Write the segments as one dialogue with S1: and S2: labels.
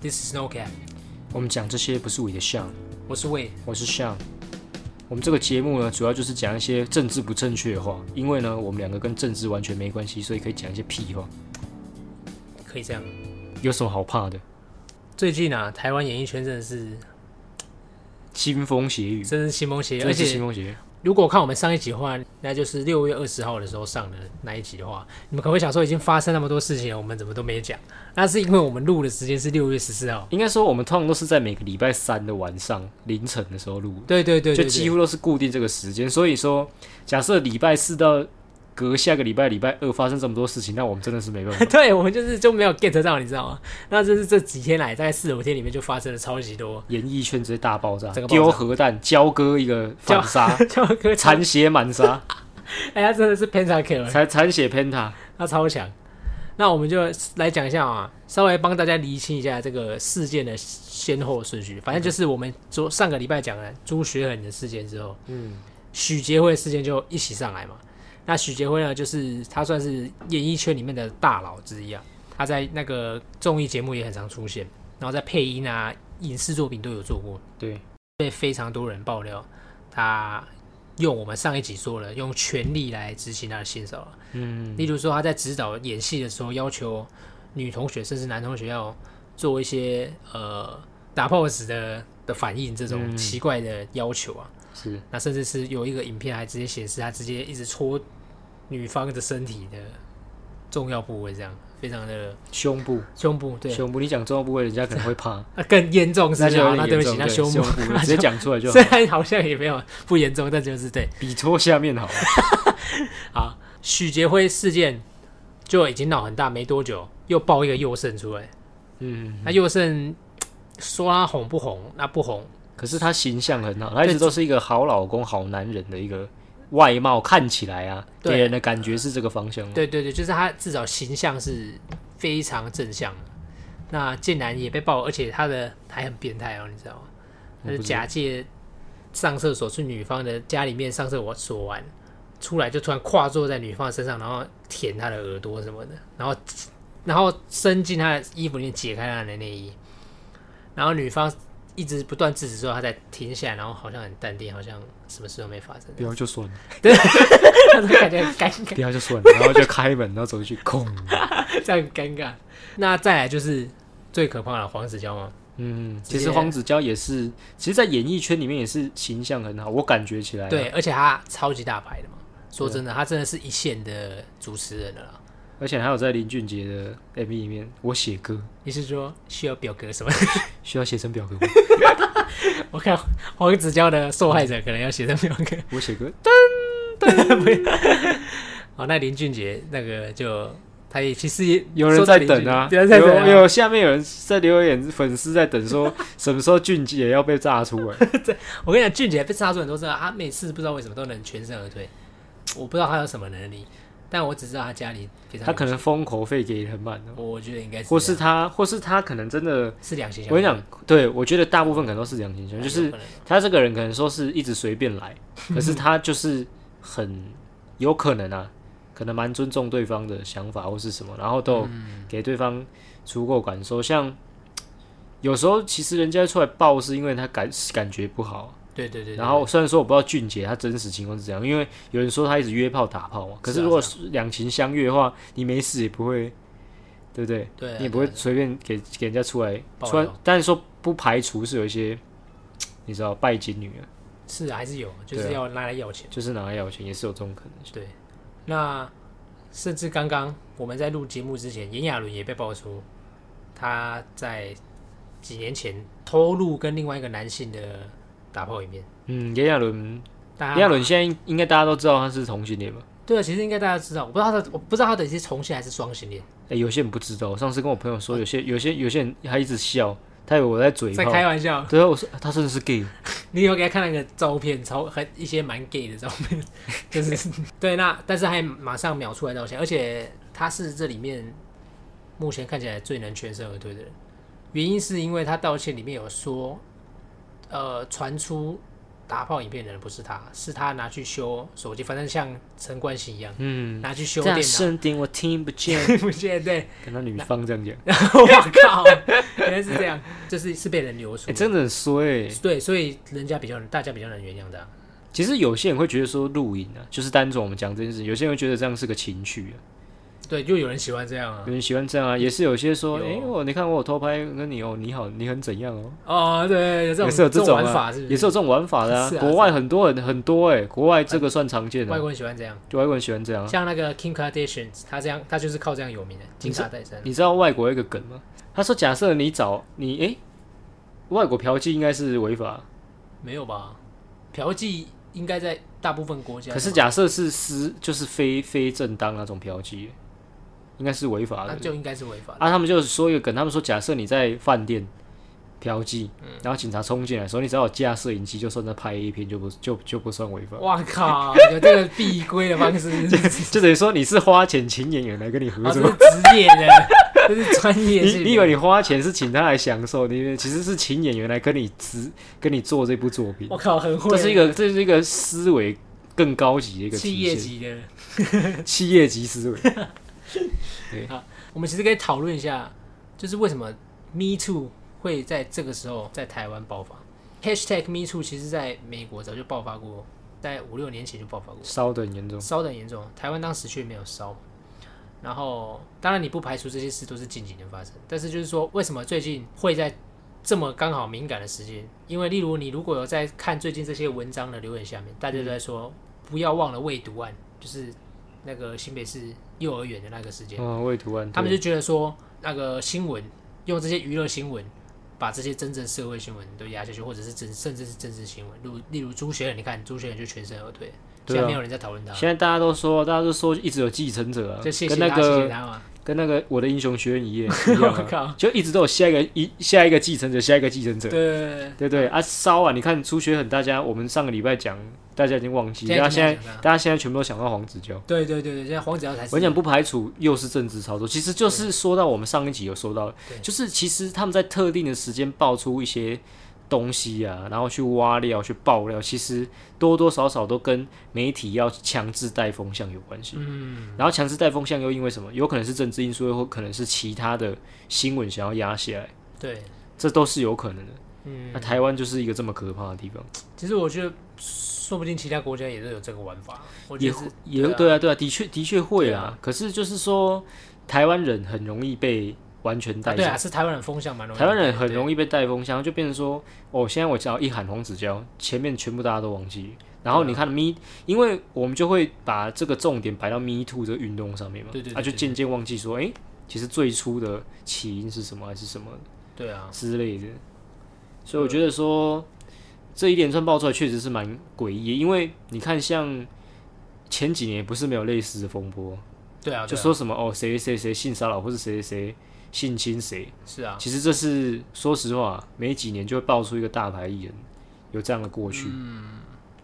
S1: This is Snowcap，
S2: 我们讲这些不是伪的像，
S1: 我是魏，
S2: 我是像。我们这个节目呢，主要就是讲一些政治不正确的话，因为呢，我们两个跟政治完全没关系，所以可以讲一些屁话，
S1: 可以这样。
S2: 有什么好怕的？
S1: 最近啊，台湾演艺圈真的是
S2: 腥风血雨，
S1: 真是腥风血雨，
S2: 真
S1: 而
S2: 的是腥
S1: 且
S2: 风血雨。
S1: 如果看我们上一集的话，那就是六月二十号的时候上的那一集的话，你们可能会想说已经发生那么多事情了，我们怎么都没讲？那是因为我们录的时间是六月十四号，
S2: 应该说，我们通常都是在每个礼拜三的晚上凌晨的时候录，
S1: 对对对
S2: 就
S1: 对
S2: 几
S1: 对，。
S2: 乎都是固定这个时间。所以说，假设礼拜四到隔下个礼拜礼拜二发生这么多事情，那我们真的是没办法
S1: 对我们就是就没有 get 到，你知道吗？那就是这几天来，大概四五天里面就发生了超级多，
S2: 演艺圈直接大爆炸
S1: 整个，爆炸
S2: 丢核弹，交割一个 反杀，
S1: 就哥
S2: 残血满杀，
S1: 哎，他真的是 Pentakill，
S2: 残残血 penta。
S1: 他超强。那我们就来讲一下啊，稍微帮大家厘清一下这个事件的先后顺序。反正就是我们昨上个礼拜讲了朱学恒的事件之后，嗯，许杰辉的事件就一起上来嘛。那许杰辉呢，就是他算是演艺圈里面的大佬之一啊，他在那个综艺节目也很常出现，然后在配音啊、影视作品都有做过，
S2: 对，
S1: 被非常多人爆料，他用我们上一集说了，用权力来执行他的性骚扰。
S2: 嗯，
S1: 例如说他在指导演戏的时候，要求女同学甚至男同学要做一些呃打 pose 的的反应，这种
S2: 嗯
S1: 奇怪的要求啊。
S2: 是
S1: 那甚至是有一个影片还直接显示他直接一直戳女方的身体的重要部位，这样非常的
S2: 胸部，
S1: 胸部对。
S2: 胸部。你讲重要部位，人家可能会 怕，
S1: 啊，更严重是
S2: 啊那
S1: 不
S2: 就
S1: 是
S2: 有
S1: 好那
S2: 点
S1: 对不
S2: 严
S1: 起
S2: 重。，
S1: 那
S2: 对
S1: 胸部
S2: 部，
S1: 那
S2: 直接
S1: 就
S2: 讲出来就好
S1: 虽，然好像也没有不严重，但就是对。
S2: 比戳下面好了。
S1: 好，啊许杰辉事件就已经闹很大，没多久又爆一个右肾出来，
S2: 嗯，
S1: 那佑胜说他红不红？那不红，
S2: 可是他形象很好，他一直都是一个好老公、好男人的一个外貌，看起来啊，
S1: 对
S2: 给人的感觉是这个方向。
S1: 对对对，就是他至少形象是非常正向的。那竟然也被爆，而且他的还很变态哦，你知道吗？他
S2: 我
S1: 是
S2: 不知道
S1: 假借上厕所去女方的家里面上厕所玩，出来就突然跨坐在女方的身上，然后舔她的耳朵什么的，然后然后伸进她的衣服里面解开她的内衣，然后女方一直不断制止之后，他才停下来，然后好像很淡定，好像什么事都没发生，
S2: 不要就算了，
S1: 他就感觉很尴尬。
S2: 不要就算了，然后就开门，然后走进去，空。
S1: 这样很尴尬。那再来就是最可怕的黄子佼嘛，
S2: 嗯，
S1: 直接
S2: 其实黄子佼也是，其实，在演艺圈里面也是形象很好，我感觉起来啊。
S1: 对，而且他超级大牌的嘛。说真的，他真的是一线的主持人了啦。
S2: 而且还有在林俊杰的 MV 里面，我写歌
S1: 你是说需要表格什么？
S2: 需要写成表格吗？
S1: 我看黄子佼的受害者可能要写成表格。
S2: 我写歌，
S1: 好，那林俊杰那个就他也其实也
S2: 有人
S1: 说到
S2: 在
S1: 林俊
S2: 等啊，
S1: 杰有人在等啊、
S2: 有有下面有人在留言，粉丝在等 说什么时候俊杰要被炸出来。
S1: 我跟你讲，俊杰被杀出很多次啊，他每次不知道为什么都能全身而退，我不知道他有什么能力，但我只知道他家里非常
S2: 他可
S1: 有
S2: 能封口费给很满的
S1: 钱，，我觉得应该是
S2: 或
S1: 这
S2: 是
S1: 样
S2: 他，或是他可能真的，
S1: 是两性相
S2: 我跟你
S1: 关，
S2: 讲，对我觉得大部分可能都是良心兄，就
S1: 有
S2: 是
S1: 可能
S2: 他这个人可能说是一直随便 来，可是他就是很有可能啊，可能蛮尊重对方的想法或是什么，然后都有
S1: 嗯
S2: 给对方足够感受。像有时候其实人家出来爆是因为他感感觉不好，
S1: 对对对对，
S2: 然后虽然说我不知道俊杰他真实情况是怎样，因为有人说他一直约炮打炮嘛，可
S1: 是
S2: 是
S1: 啊
S2: 如果是两情相悦的话，你没事也不会，对不对？
S1: 对啊
S2: 你也不会随便给给人家出来，
S1: 爆
S2: 出来
S1: 料，
S2: 但是说不排除是有一些，你知道拜金女啊，
S1: 是啊还是有，就是
S2: 对啊
S1: 要拿来要钱。
S2: 就是拿来要钱，也是有这种可能性。
S1: 对，那甚至刚刚我们在录节目之前，炎亚纶也被爆出他在几年前偷录跟另外一个男性的打炮影片。
S2: 嗯，炎亚纶，
S1: 大
S2: 炎
S1: 家
S2: 亚纶现在应该大家都知道他是同性恋吧？
S1: 对啊，其实应该大家知道，我不知道他的，我不知道他的是同性还是双性恋，
S2: 哎、有些人不知道，我上次跟我朋友说，有些有些有些人还一直笑，他以为我在嘴
S1: 哦在
S2: 炮。
S1: 开玩笑。
S2: 对啊，我说他真的是 gay，
S1: 你有给他看那个照片，超很一些蛮 gay 的照片，就是对那，但是还马上秒出来道歉，而且他是这里面目前看起来最能全身而退的人，原因是因为他道歉里面有说，呃，传出打炮影片的人不是他，是他拿去修手机，反正像陈冠希一样，
S2: 嗯，
S1: 拿去修电
S2: 大
S1: 脑。
S2: 声点我听不见。
S1: 不见对，
S2: 跟他女方这样讲，
S1: 我靠，原来是这样，就是是被人流出的，
S2: 哎，真的很衰欸。
S1: 对，所以人家比较大家比较能原谅的啊、
S2: 其实有些人会觉得说露营啊，就是单纯我们讲这件事，有些人会觉得这样是个情趣啊，
S1: 对，就有人喜欢这样啊
S2: 有。人喜欢这样啊，也是有些说，
S1: 有
S2: 哎，我你看我有偷拍跟你哦，你好，你很怎样哦，
S1: 哦，对，有这种
S2: 也是有
S1: 这
S2: 种啊
S1: 玩法，是不是？
S2: 也是有这种玩法的 啊
S1: 是。啊啊
S2: 国外很多人很多哎，国外这个算常见的
S1: 外
S2: 啊，
S1: 国人喜欢这样，
S2: 就外国人喜欢这样啊。
S1: 像那个 Kim Kardashian，他这样，他就是靠这样有名的，金卡戴珊。
S2: 你知道外国有一个梗吗？他说，假设你找你哎、外国嫖妓应该是违法，啊
S1: 没有吧？嫖妓应该在大部分国家，
S2: 可是
S1: 讲
S2: 假设是私就是非非正当那种嫖妓，应该是违法
S1: 那
S2: 的。
S1: 就应该是违法的。
S2: 啊，他们就是说一个梗，他们说假设你在饭店嫖妓，然后警察冲进来的时候，你只要有架摄影机，就算在拍 A 片，就不就就不算违 法。
S1: 哇靠，有这个避规的方式，
S2: 就就等于说你是花钱请演员来跟你合
S1: 哦，这
S2: 作，
S1: 是职业的，这是专业
S2: 你
S1: 性
S2: 你以为
S1: 的。
S2: 你花钱是请他来享受，你以为其实是请演员来跟你执跟你做这部作品
S1: 我。靠，很会，
S2: 这是一个这是一个思维更高级的一个
S1: 企
S2: 体
S1: 业
S2: 现
S1: 级的。
S2: 企业级思维。
S1: 我们其实可以讨论一下，就是为什么 Me Too 会在这个时候在台湾爆发。Hashtag Me Too 其实在美国早就爆发过，在五六年前就爆发过。
S2: 烧得很 严重。
S1: 烧的严重，台湾当时却没有烧。然后，当然你不排除这些事都是近几年发生，但是就是说，为什么最近会在这么刚好敏感的时间？因为例如你如果有在看最近这些文章的留言下面，大家都在说、不要忘了未读案，就是那个新北市幼儿园的那个事件，
S2: 嗯，未图案，
S1: 他们
S2: 对
S1: 就觉得说那个新闻用这些娱乐新闻。把这些真正社会新闻都压下去，或者是真甚至是政治新闻，例如例如朱学仁，你看朱学仁就全身而退，
S2: 对啊
S1: 现在没有人在讨论他了。
S2: 现在大家都说，大家都说一直有继承者啊，
S1: 就谢谢
S2: 跟那
S1: 他，谢谢
S2: 个
S1: 他嘛。
S2: 跟那个我的英雄学院一样一样
S1: 我
S2: 啊，
S1: 靠，
S2: 就一直都有下一个一下一个继承者，下一个继承者。
S1: 对，
S2: 对对啊，烧啊！你看朱学恒，大家我们上个礼拜讲，大家已经忘记，
S1: 现
S2: 大家
S1: 在已
S2: 现在
S1: 经没有讲
S2: 大家现在全部都想到黄子佼。
S1: 对对对对，现在黄子佼才是
S2: 我讲不排除又是政治操作，其实就是说到我们上一集有说到
S1: 对，
S2: 就是其实他们在特定的时间爆出一些东西啊，然后去挖料、去爆料，其实多多少少都跟媒体要强制带风向有关系。嗯，然后强制带风向又因为什么？有可能是政治因素，或可能是其他的新闻想要压下来，
S1: 对，
S2: 这都是有可能的。
S1: 嗯，
S2: 那台湾就是一个这么可怕的地方，
S1: 其实我觉得说不定其他国家也都有这个玩法，我觉
S2: 也
S1: 得是
S2: 也
S1: 对啊
S2: 对啊，对啊，的确的确会
S1: 对啊
S2: 啦。可是就是说，台湾人很容易被完全带
S1: 啊
S2: 下
S1: 对啊，是台湾人风向蛮容易，
S2: 台湾人很
S1: 易
S2: 容易被带风向，就变成说，哦，现在我只要一喊黄子佼，前面全部大家都忘记。然后你
S1: 啊
S2: 看 Me，因为我们就会把这个重点摆到 Me Too 这个运动上面嘛，
S1: 对对对
S2: 啊，就
S1: 对
S2: 渐渐忘记说，诶，其实最初的起因是什么，还是什么
S1: 对啊，嗯
S2: 之类的。所以我觉得说，这一连串爆出来确实是蛮诡异的，因为你看，像前几年也不是没有类似的风波，
S1: 对啊，
S2: 就
S1: 对啊
S2: 说什么哦，谁谁谁性骚扰，或是谁谁谁性侵谁，
S1: 是啊，
S2: 其实这是说实话，没几年就会爆出一个大牌艺人有这样的过去，嗯，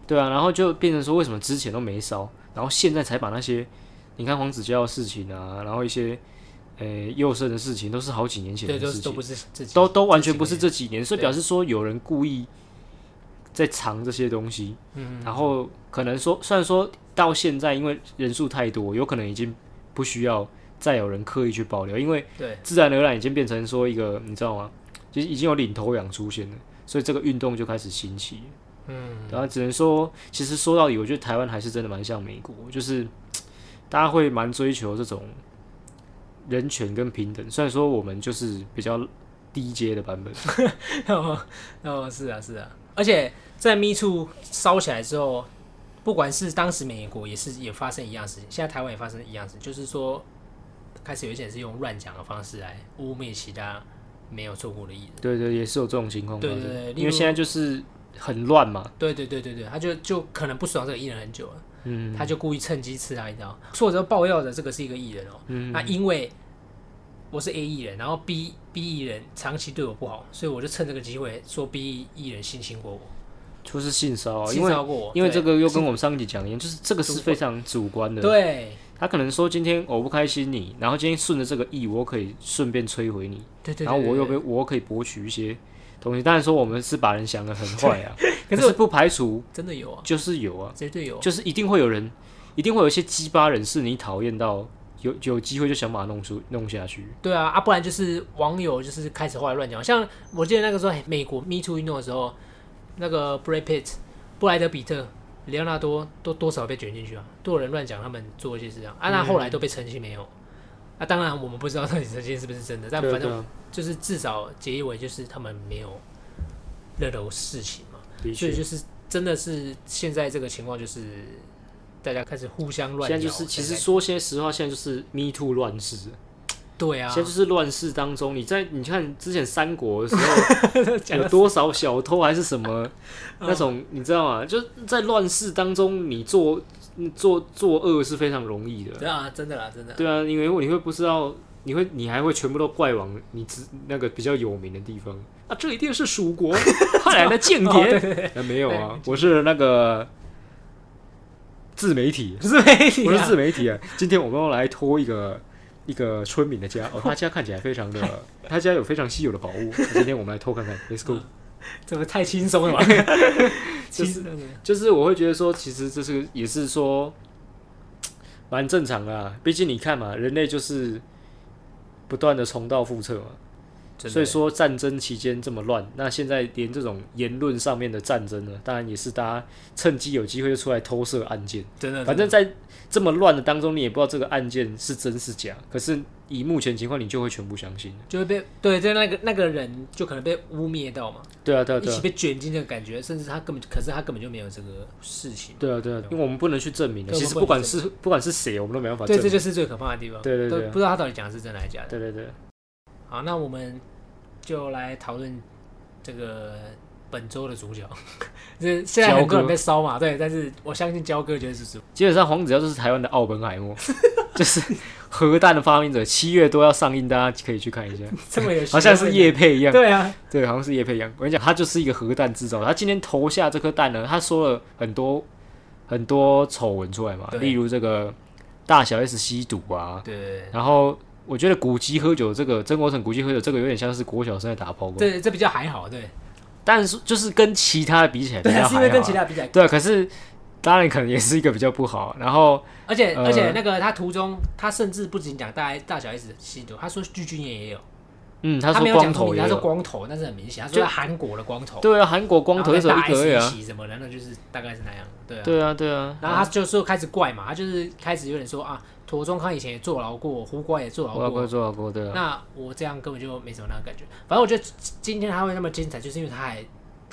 S2: 对啊，然后就变成说为什么之前都没烧，然后现在才把那些你看黄子佼的事情啊，然后一些呃幼胜的事情，都是好几年前
S1: 对，
S2: 的
S1: 都
S2: 事
S1: 是都
S2: 情，
S1: 不是自己，
S2: 都都完全不是这几年，所以
S1: 对
S2: 表示说有人故意在藏这些东西，
S1: 嗯，
S2: 然后可能说虽然说到现在因为人数太多，有可能已经不需要再有人刻意去爆料，因为。
S1: 对
S2: 自然而然已经变成说一个，你知道吗？就是已经有领头羊出现了，所以这个运动就开始兴起。嗯，然后只能说，其实说到底，我觉得台湾还是真的蛮像美国，就是嘖大家会蛮追求这种人权跟平等。虽然说我们就是比较低阶的版本，
S1: 哦，哦，是啊，是啊，而且在 Me Too 烧起来之后，不管是当时美国也是也发生一样事情，现在台湾也发生一样事情，就是说开始有一些人是用乱讲的方式来污蔑其他没有做过的艺人。
S2: 对对，也是有这种情况发
S1: 对
S2: 生。
S1: 对对例如
S2: 因为现在就是很乱嘛，
S1: 对对对对对，他就就可能不爽这个艺人很久了，嗯，他就故意趁机吃他一刀。作者爆料的这个是一个艺人哦，嗯，那因为我是 A 艺人，然后 B B 艺人长期对我不好，所以我就趁这个机会说 B 艺人性侵过我，
S2: 就是性骚哦扰，因
S1: 性
S2: 为
S1: 骚扰过我，
S2: 因为
S1: 对
S2: 这个又跟我们上一集讲的一样，就是这个是非常主观的。
S1: 对
S2: 他可能说今天我不开心你，然后今天顺着这个意，我可以顺便摧毁你，
S1: 对对对，
S2: 然后我
S1: 对
S2: 又
S1: 对
S2: 被我可以博取一些东西。当然说我们是把人想的很坏啊，
S1: 可
S2: 可
S1: 是
S2: 是不排除
S1: 真的有啊，
S2: 就是有啊，
S1: 绝对有啊。
S2: 就是一定会有人，一定会有一些鸡巴人是你讨厌到有有机会就想把它弄出弄下去。
S1: 对啊，啊，不然就是网友就是开始后来乱讲，像我记得那个时候嘿美国 Me Too 运动的时候，那个 Brad Pitt、布莱德比特、里奥纳多都多少被卷进去啊，都有人乱讲他们做一些事情啊，啊那
S2: 嗯
S1: 后来都被澄清没有。啊，当然我们不知道到底这件是不是真的，但
S2: 对啊
S1: 反
S2: 对
S1: 正
S2: 啊
S1: 就是至少结尾就是他们没有任何事情嘛，所
S2: 的确
S1: 以，就是真的是现在这个情况就是大家开始互相乱
S2: 现
S1: 聊
S2: 在
S1: 这
S2: 就
S1: 样子，
S2: 是其实说些实话，现在就是 Me Too 乱世，
S1: 对啊
S2: 现在，就是乱世当中，你在你看之前三国的时候 有多少小偷还是什么
S1: 嗯
S2: 那种，你知道吗？就是在乱世当中，你做做做恶是非常容易的。
S1: 对啊，真的啦，真的。
S2: 对啊，因为你会不知道，你会你还会全部都怪往你只那个比较有名的地方啊，这一定是蜀国派来的间 谍。
S1: 哦对
S2: 啊没有啊，我是那个自媒体，
S1: 不是 媒体、啊，
S2: 我是自媒体啊。 今天我们要来偷一个一个村民的家，哦，他家看起来非常的，他家有非常稀有的宝物，今天我们来偷看看，Let's go。
S1: 这个太轻松了吧？ 其
S2: 就是
S1: 实嗯
S2: 就是我会觉得说，其实这是也是说蛮正常的、啊，毕竟你看嘛，人类就是不断的重蹈覆辙嘛，所以说战争期间这么乱，那现在连这种言论上面的战争呢，当然也是大家趁机有机会就出来偷射案件。
S1: 真的，
S2: 反正，在这么乱的当中，你也不知道这个案件是真是假，可是以目前情况，你就会全部相信。
S1: 就会被对，在那个那个人就可能被污蔑到嘛，
S2: 对啊，对啊，
S1: 一
S2: 对啊
S1: 起。被卷进这个感觉，甚至他根本就，可是他根本就没有这个事情，
S2: 对啊，对啊，因为我们不能去证明的。
S1: 对我们
S2: 其实
S1: 不
S2: 不
S1: 能
S2: 管
S1: 去证
S2: 是不管是谁，我们都没办法证
S1: 对，
S2: 明。
S1: 这就是最可怕的地方，
S2: 对对对
S1: 都不知道他到底讲的是真的还是假的。
S2: 对对对。
S1: 好，那我们就来讨论这个本周的主角， 这现在很多人被烧嘛，对，但是我相信焦哥绝对是主，
S2: 基本上黄子佼就是台湾的奥本海默， 就是核弹的发明者，七月多要上映，大家可以去看一下，
S1: 这么有学问
S2: 好像是叶佩一 样，
S1: 对啊，
S2: 对，好像是叶佩一样。我跟你讲，他就是一个核弹制造者，他今天投下这颗蛋呢，他说了很多很多丑闻出来嘛，
S1: 对
S2: 例如这个大小 S 吸毒啊，
S1: 对
S2: 然后我觉得古籍喝酒这个曾国成古籍喝酒这个有点像是国小生在打抛
S1: 对，
S2: 光，
S1: 这这比较还好，对，
S2: 但是就是跟其他的比起来比
S1: 对
S2: 较还，好
S1: 是因为跟
S2: 啊
S1: 其他比起来，
S2: 对，可是当然可能也是一个比较不好，啊然后。
S1: 而且、
S2: 呃
S1: 而且那个他途中，他甚至不仅讲大大小 S 吸毒，他说巨俊彦也有，
S2: 嗯，他
S1: 没
S2: 说
S1: 有讲
S2: 光
S1: 出
S2: 头
S1: 名，
S2: 也
S1: 他
S2: 有
S1: 说光头，但是很明显，他说
S2: 就
S1: 他韩国的光头，
S2: 对啊，韩国光头
S1: 然
S2: 一
S1: 后
S2: 手
S1: 跟
S2: 一
S1: 大 S
S2: 格而已
S1: 一
S2: 啊。
S1: 起什么的，那就是大概是那样，对啊。
S2: 对啊，对啊。
S1: 然后他就是开始怪嘛，他就是开始有点说啊，陀中康以前也坐牢过，胡瓜也坐牢
S2: 我要过
S1: 过，
S2: 做老过，对啊。
S1: 那我这样根本就没什么那个感觉。反正我觉得今天他会那么精彩，就是因为他还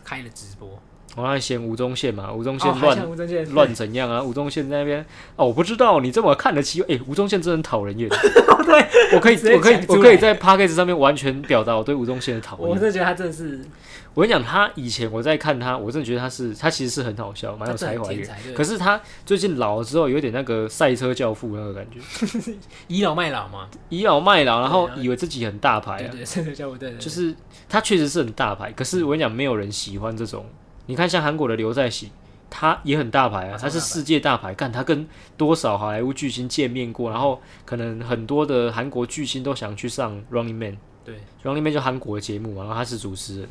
S1: 开了直播，
S2: 我还嫌吴宗宪嘛，吴宗
S1: 哦，
S2: 宪
S1: 还
S2: 乱
S1: 像吴宗宪
S2: 乱怎样啊？吴宗宪在那边哦，我不知道你这么看得起，哎，吴宗宪真的很 讨人厌。对，我可以
S1: 直接，
S2: 我可
S1: 讲
S2: 以，
S1: 出来
S2: 我可以在 p a c k a g e 上面完全表达我对吴宗宪的讨
S1: 我
S2: 厌
S1: 真。的觉得他真的是
S2: 我跟你讲，他以前我在看他，我真的觉得他是他其实是很好笑，蛮
S1: 他真
S2: 有
S1: 的
S2: 才
S1: 很
S2: 华的一
S1: 天
S2: 个人。
S1: 才，对
S2: 可是他最近老了之后，有点那个赛车教父那个感觉，
S1: 倚老卖老嘛，
S2: 倚老卖老，然后
S1: 对然后
S2: 以为自己很大牌
S1: 对
S2: 啊。
S1: 对，真的叫我对对，对
S2: 就是他确实是很大牌，可是我跟你讲，没有人喜欢这种。你看，像韩国的刘在熙，他也很大牌啊
S1: 啊，
S2: 他是
S1: 超大牌
S2: 世界大牌。看他跟多少好莱坞巨星见面过，然后可能很多的韩国巨星都想去上 Running Man。
S1: 对。
S2: Running Man 就韩国的节目嘛，然后他是主持人。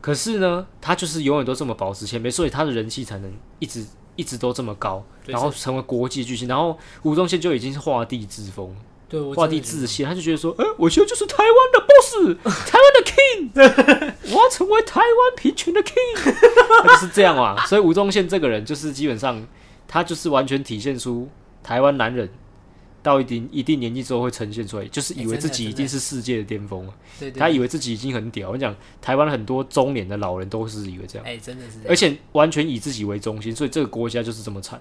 S2: 可是呢，他就是永远都这么保持前面，所以他的人气才能一直一直都这么高，
S1: 对
S2: 然后成为国际巨星。然后吴宗宪就已经是画地自封了。
S1: 对，我
S2: 画
S1: 真
S2: 地
S1: 的觉得
S2: 自限，他就觉得说，呃，我现在就是台湾的 boss，台湾的 king，我要成为台湾贫穷的 king，他就是这样嘛。所以吴宗宪这个人就是基本上，他就是完全体现出台湾男人到一定一定年纪之后会呈现出来，就是以为自己已经是世界的巅峰了，
S1: 对对，
S2: 他以为自己已经很屌。我跟你讲，台湾很多中年的老人都是以为这样，
S1: 哎、真的是这样，
S2: 而且完全以自己为中心，所以这个国家就是这么惨，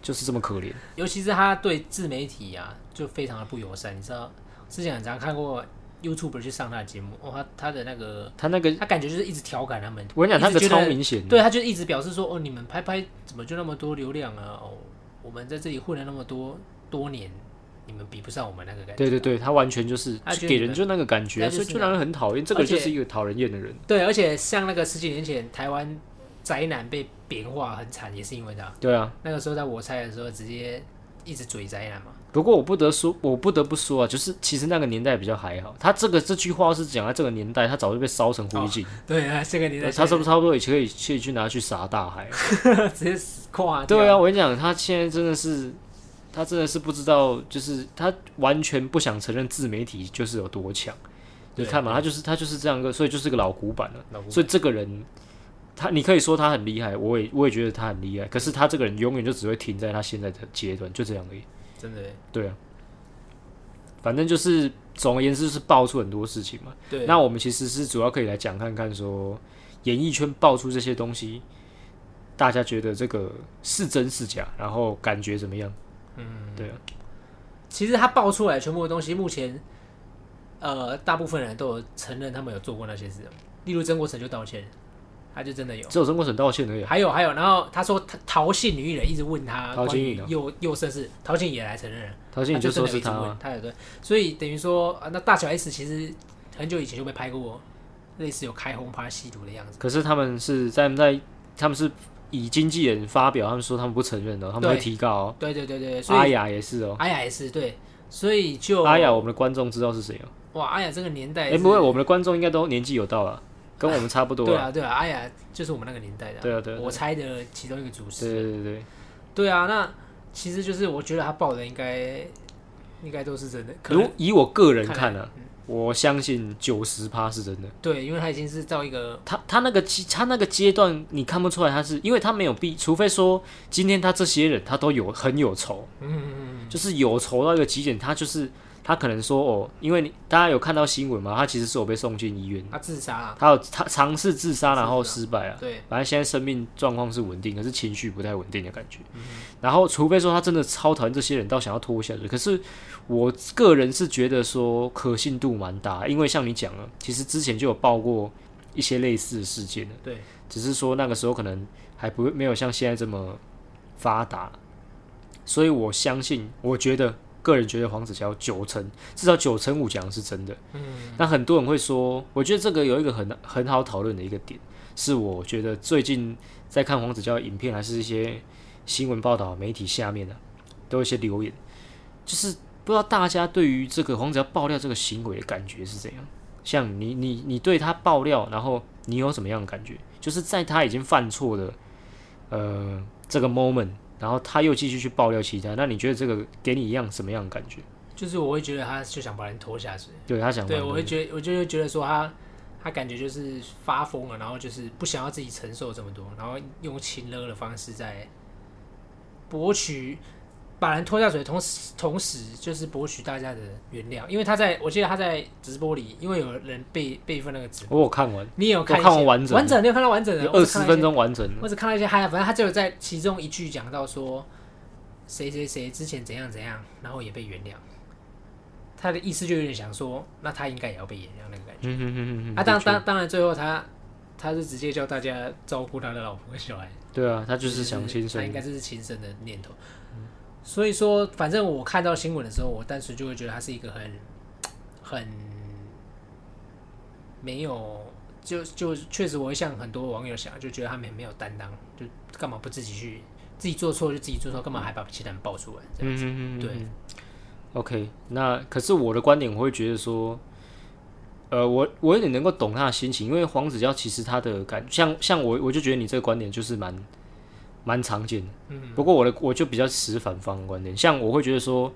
S2: 就是这么可怜。
S1: 尤其是他对自媒体啊，就非常的不友善。你知道，之前很常看过 YouTuber 去上他的节目，哦，他他的那个，
S2: 他那个，
S1: 他感觉就是一直调侃他们，
S2: 我跟你讲，他
S1: 一
S2: 的
S1: 直觉得
S2: 超明显的。
S1: 对，他就一直表示说，哦，你们拍拍怎么就那么多流量啊？哦，我们在这里混了那么多多年，你们比不上我们那个感觉。
S2: 对对对，他完全就是
S1: 他
S2: 就
S1: 觉得
S2: 给
S1: 你
S2: 人
S1: 们
S2: 就那个感觉，啊
S1: 那就
S2: 所以
S1: 是
S2: 就让人很讨厌。这个
S1: 而且
S2: 就是一个讨人厌的人。
S1: 对，而且像那个十几年前台湾宅男被贬化很惨，也是因为他
S2: 对啊，
S1: 那个时候在我猜的时候，直接一直嘴灾难嘛。
S2: 不过我不得说，我不得不说啊，就是其实那个年代比较还好。他这个这句话是讲在这个年代，他早就被烧成灰烬，
S1: 对啊，这个年代
S2: 他差不多差不多也可以可以去拿去撒大海。
S1: 直接死垮掉。
S2: 对啊，我跟你讲，他现在真的是，他真的是不知道，就是他完全不想承认自媒体就是有多强。你
S1: 对
S2: 看嘛，他就是他就是这样一个，所以就是个老古板了。
S1: 老古板
S2: 所以这个人，他你可以说他很厉害，我也我也觉得他很厉害。可是他这个人永远就只会停在他现在的阶段，就这样而已。
S1: 真的耶
S2: 对啊，反正就是总而言之就是爆出很多事情嘛。
S1: 对，
S2: 那我们其实是主要可以来讲看看说，演艺圈爆出这些东西，大家觉得这个是真是假，然后感觉怎么样？嗯，对啊，
S1: 其实他爆出来全部的东西，目前呃大部分人都有承认他们有做过那些事，例如曾国成就道歉，他就真的有。
S2: 只有曾国成道歉而已啊。
S1: 还有还有，然后他说他陶姓女艺人一直问他
S2: 陶
S1: 关
S2: 晶
S1: 于
S2: 莹啊
S1: 幼幼生事，陶晶莹也来承认了，
S2: 道歉你就
S1: 真
S2: 说
S1: 的有
S2: 是
S1: 一直
S2: 他
S1: 问
S2: 啊，
S1: 他有对，所以等于说啊那大小 S 其实很久以前就被拍过类似有开轰趴吸毒的样子，
S2: 可是他们是在在他们是以经纪人发表，他们说他们不承认的，他们会
S1: 对
S2: 提告哦。
S1: 对对对对，所
S2: 阿
S1: 以
S2: 雅也是哦，
S1: 阿雅也是对，所以就
S2: 阿雅我们的观众知道是谁哦。
S1: 哇阿雅这个年代
S2: 哎，
S1: 是
S2: 不会，我们的观众应该都年纪有到了，跟我们差不多
S1: 对
S2: 啊。
S1: 啊对啊，阿雅就是我们那个年代的啊，
S2: 对啊，对啊，
S1: 我猜的其中一个主
S2: 对
S1: 持人。
S2: 对对对。
S1: 对啊，那其实就是我觉得他报的应该应该都是真的，可
S2: 如
S1: 能
S2: 以我个人
S1: 看
S2: 看嗯呢、我相信九十趴是真的。
S1: 对，因为他已经是到一个
S2: 他他那个阶他那个阶段，你看不出来他是，因为他没有必，除非说今天他这些人他都有很有仇，嗯，就是有仇到一个极点，他就是他可能说哦，因为你大家有看到新闻嘛，他其实是有被送进医院，
S1: 他自杀啊，
S2: 他有他尝试自杀然后
S1: 自
S2: 失败啊，
S1: 对
S2: 反正现在生命状况是稳定，可是情绪不太稳定的感觉。然后，除非说他真的超讨厌这些人，到想要拖下去。可是，我个人是觉得说可信度蛮大，因为像你讲了，其实之前就有报过一些类似的事件的，
S1: 对，
S2: 只是说那个时候可能还不没有像现在这么发达。所以我相信，我觉得个人觉得黄子佼九成至少九成五讲的是真的。嗯，那很多人会说，我觉得这个有一个很很好讨论的一个点，是我觉得最近在看黄子佼的影片，还是一些新闻报道、媒体下面啊，都有一些留言，就是不知道大家对于这个黄子佼爆料这个行为的感觉是怎样。像你你你对他爆料，然后你有什么样的感觉？就是在他已经犯错的呃这个 moment，然后他又继续去爆料其他，那你觉得这个给你一样什么样的感觉？
S1: 就是我会觉得他就想把人拖下水，
S2: 对他想法
S1: 对我
S2: 不
S1: 会觉得我就会觉得说他他感觉就是发疯了，然后就是不想要自己承受这么多，然后用亲热的方式在博取。把人拖下水，同时同时就是博取大家的原谅，因为他在我记得他在直播里，因为有人备备份那个直播
S2: 我有看完，
S1: 你也有看一
S2: 我
S1: 些
S2: 看完完整的
S1: 完整，啊你有看到完整的
S2: 有二十分，钟完整，
S1: 我只看到一些我只看到一些嗨，反正他只有在其中一句讲到说谁谁谁之前怎样怎样，然后也被原谅。他的意思就有点想说，那他应该也要被原谅那个感觉。
S2: 嗯哼哼哼，
S1: 啊，当
S2: 的确
S1: 当当然，最后他他是直接叫大家照顾他的老婆跟小孩，
S2: 对啊，他就是想
S1: 他
S2: 轻
S1: 应
S2: 生嗯
S1: 该，这是轻生的念头。所以说，反正我看到新闻的时候，我单纯就会觉得他是一个很很没有，就就确实我会像很多网友想，就觉得他们很没有担当，就干嘛不自己去自己做错就自己做错，干嘛还把其他人爆出来？这样
S2: 嗯哼哼，
S1: 对
S2: 对，OK，那可是我的观点，我会觉得说。呃，我我有点能够懂他的心情，因为黄子佼其实他的感像像我，我就觉得你这个观点就是蛮蛮常见的。嗯，不过我的我就比较持反方的观点，像我会觉得说，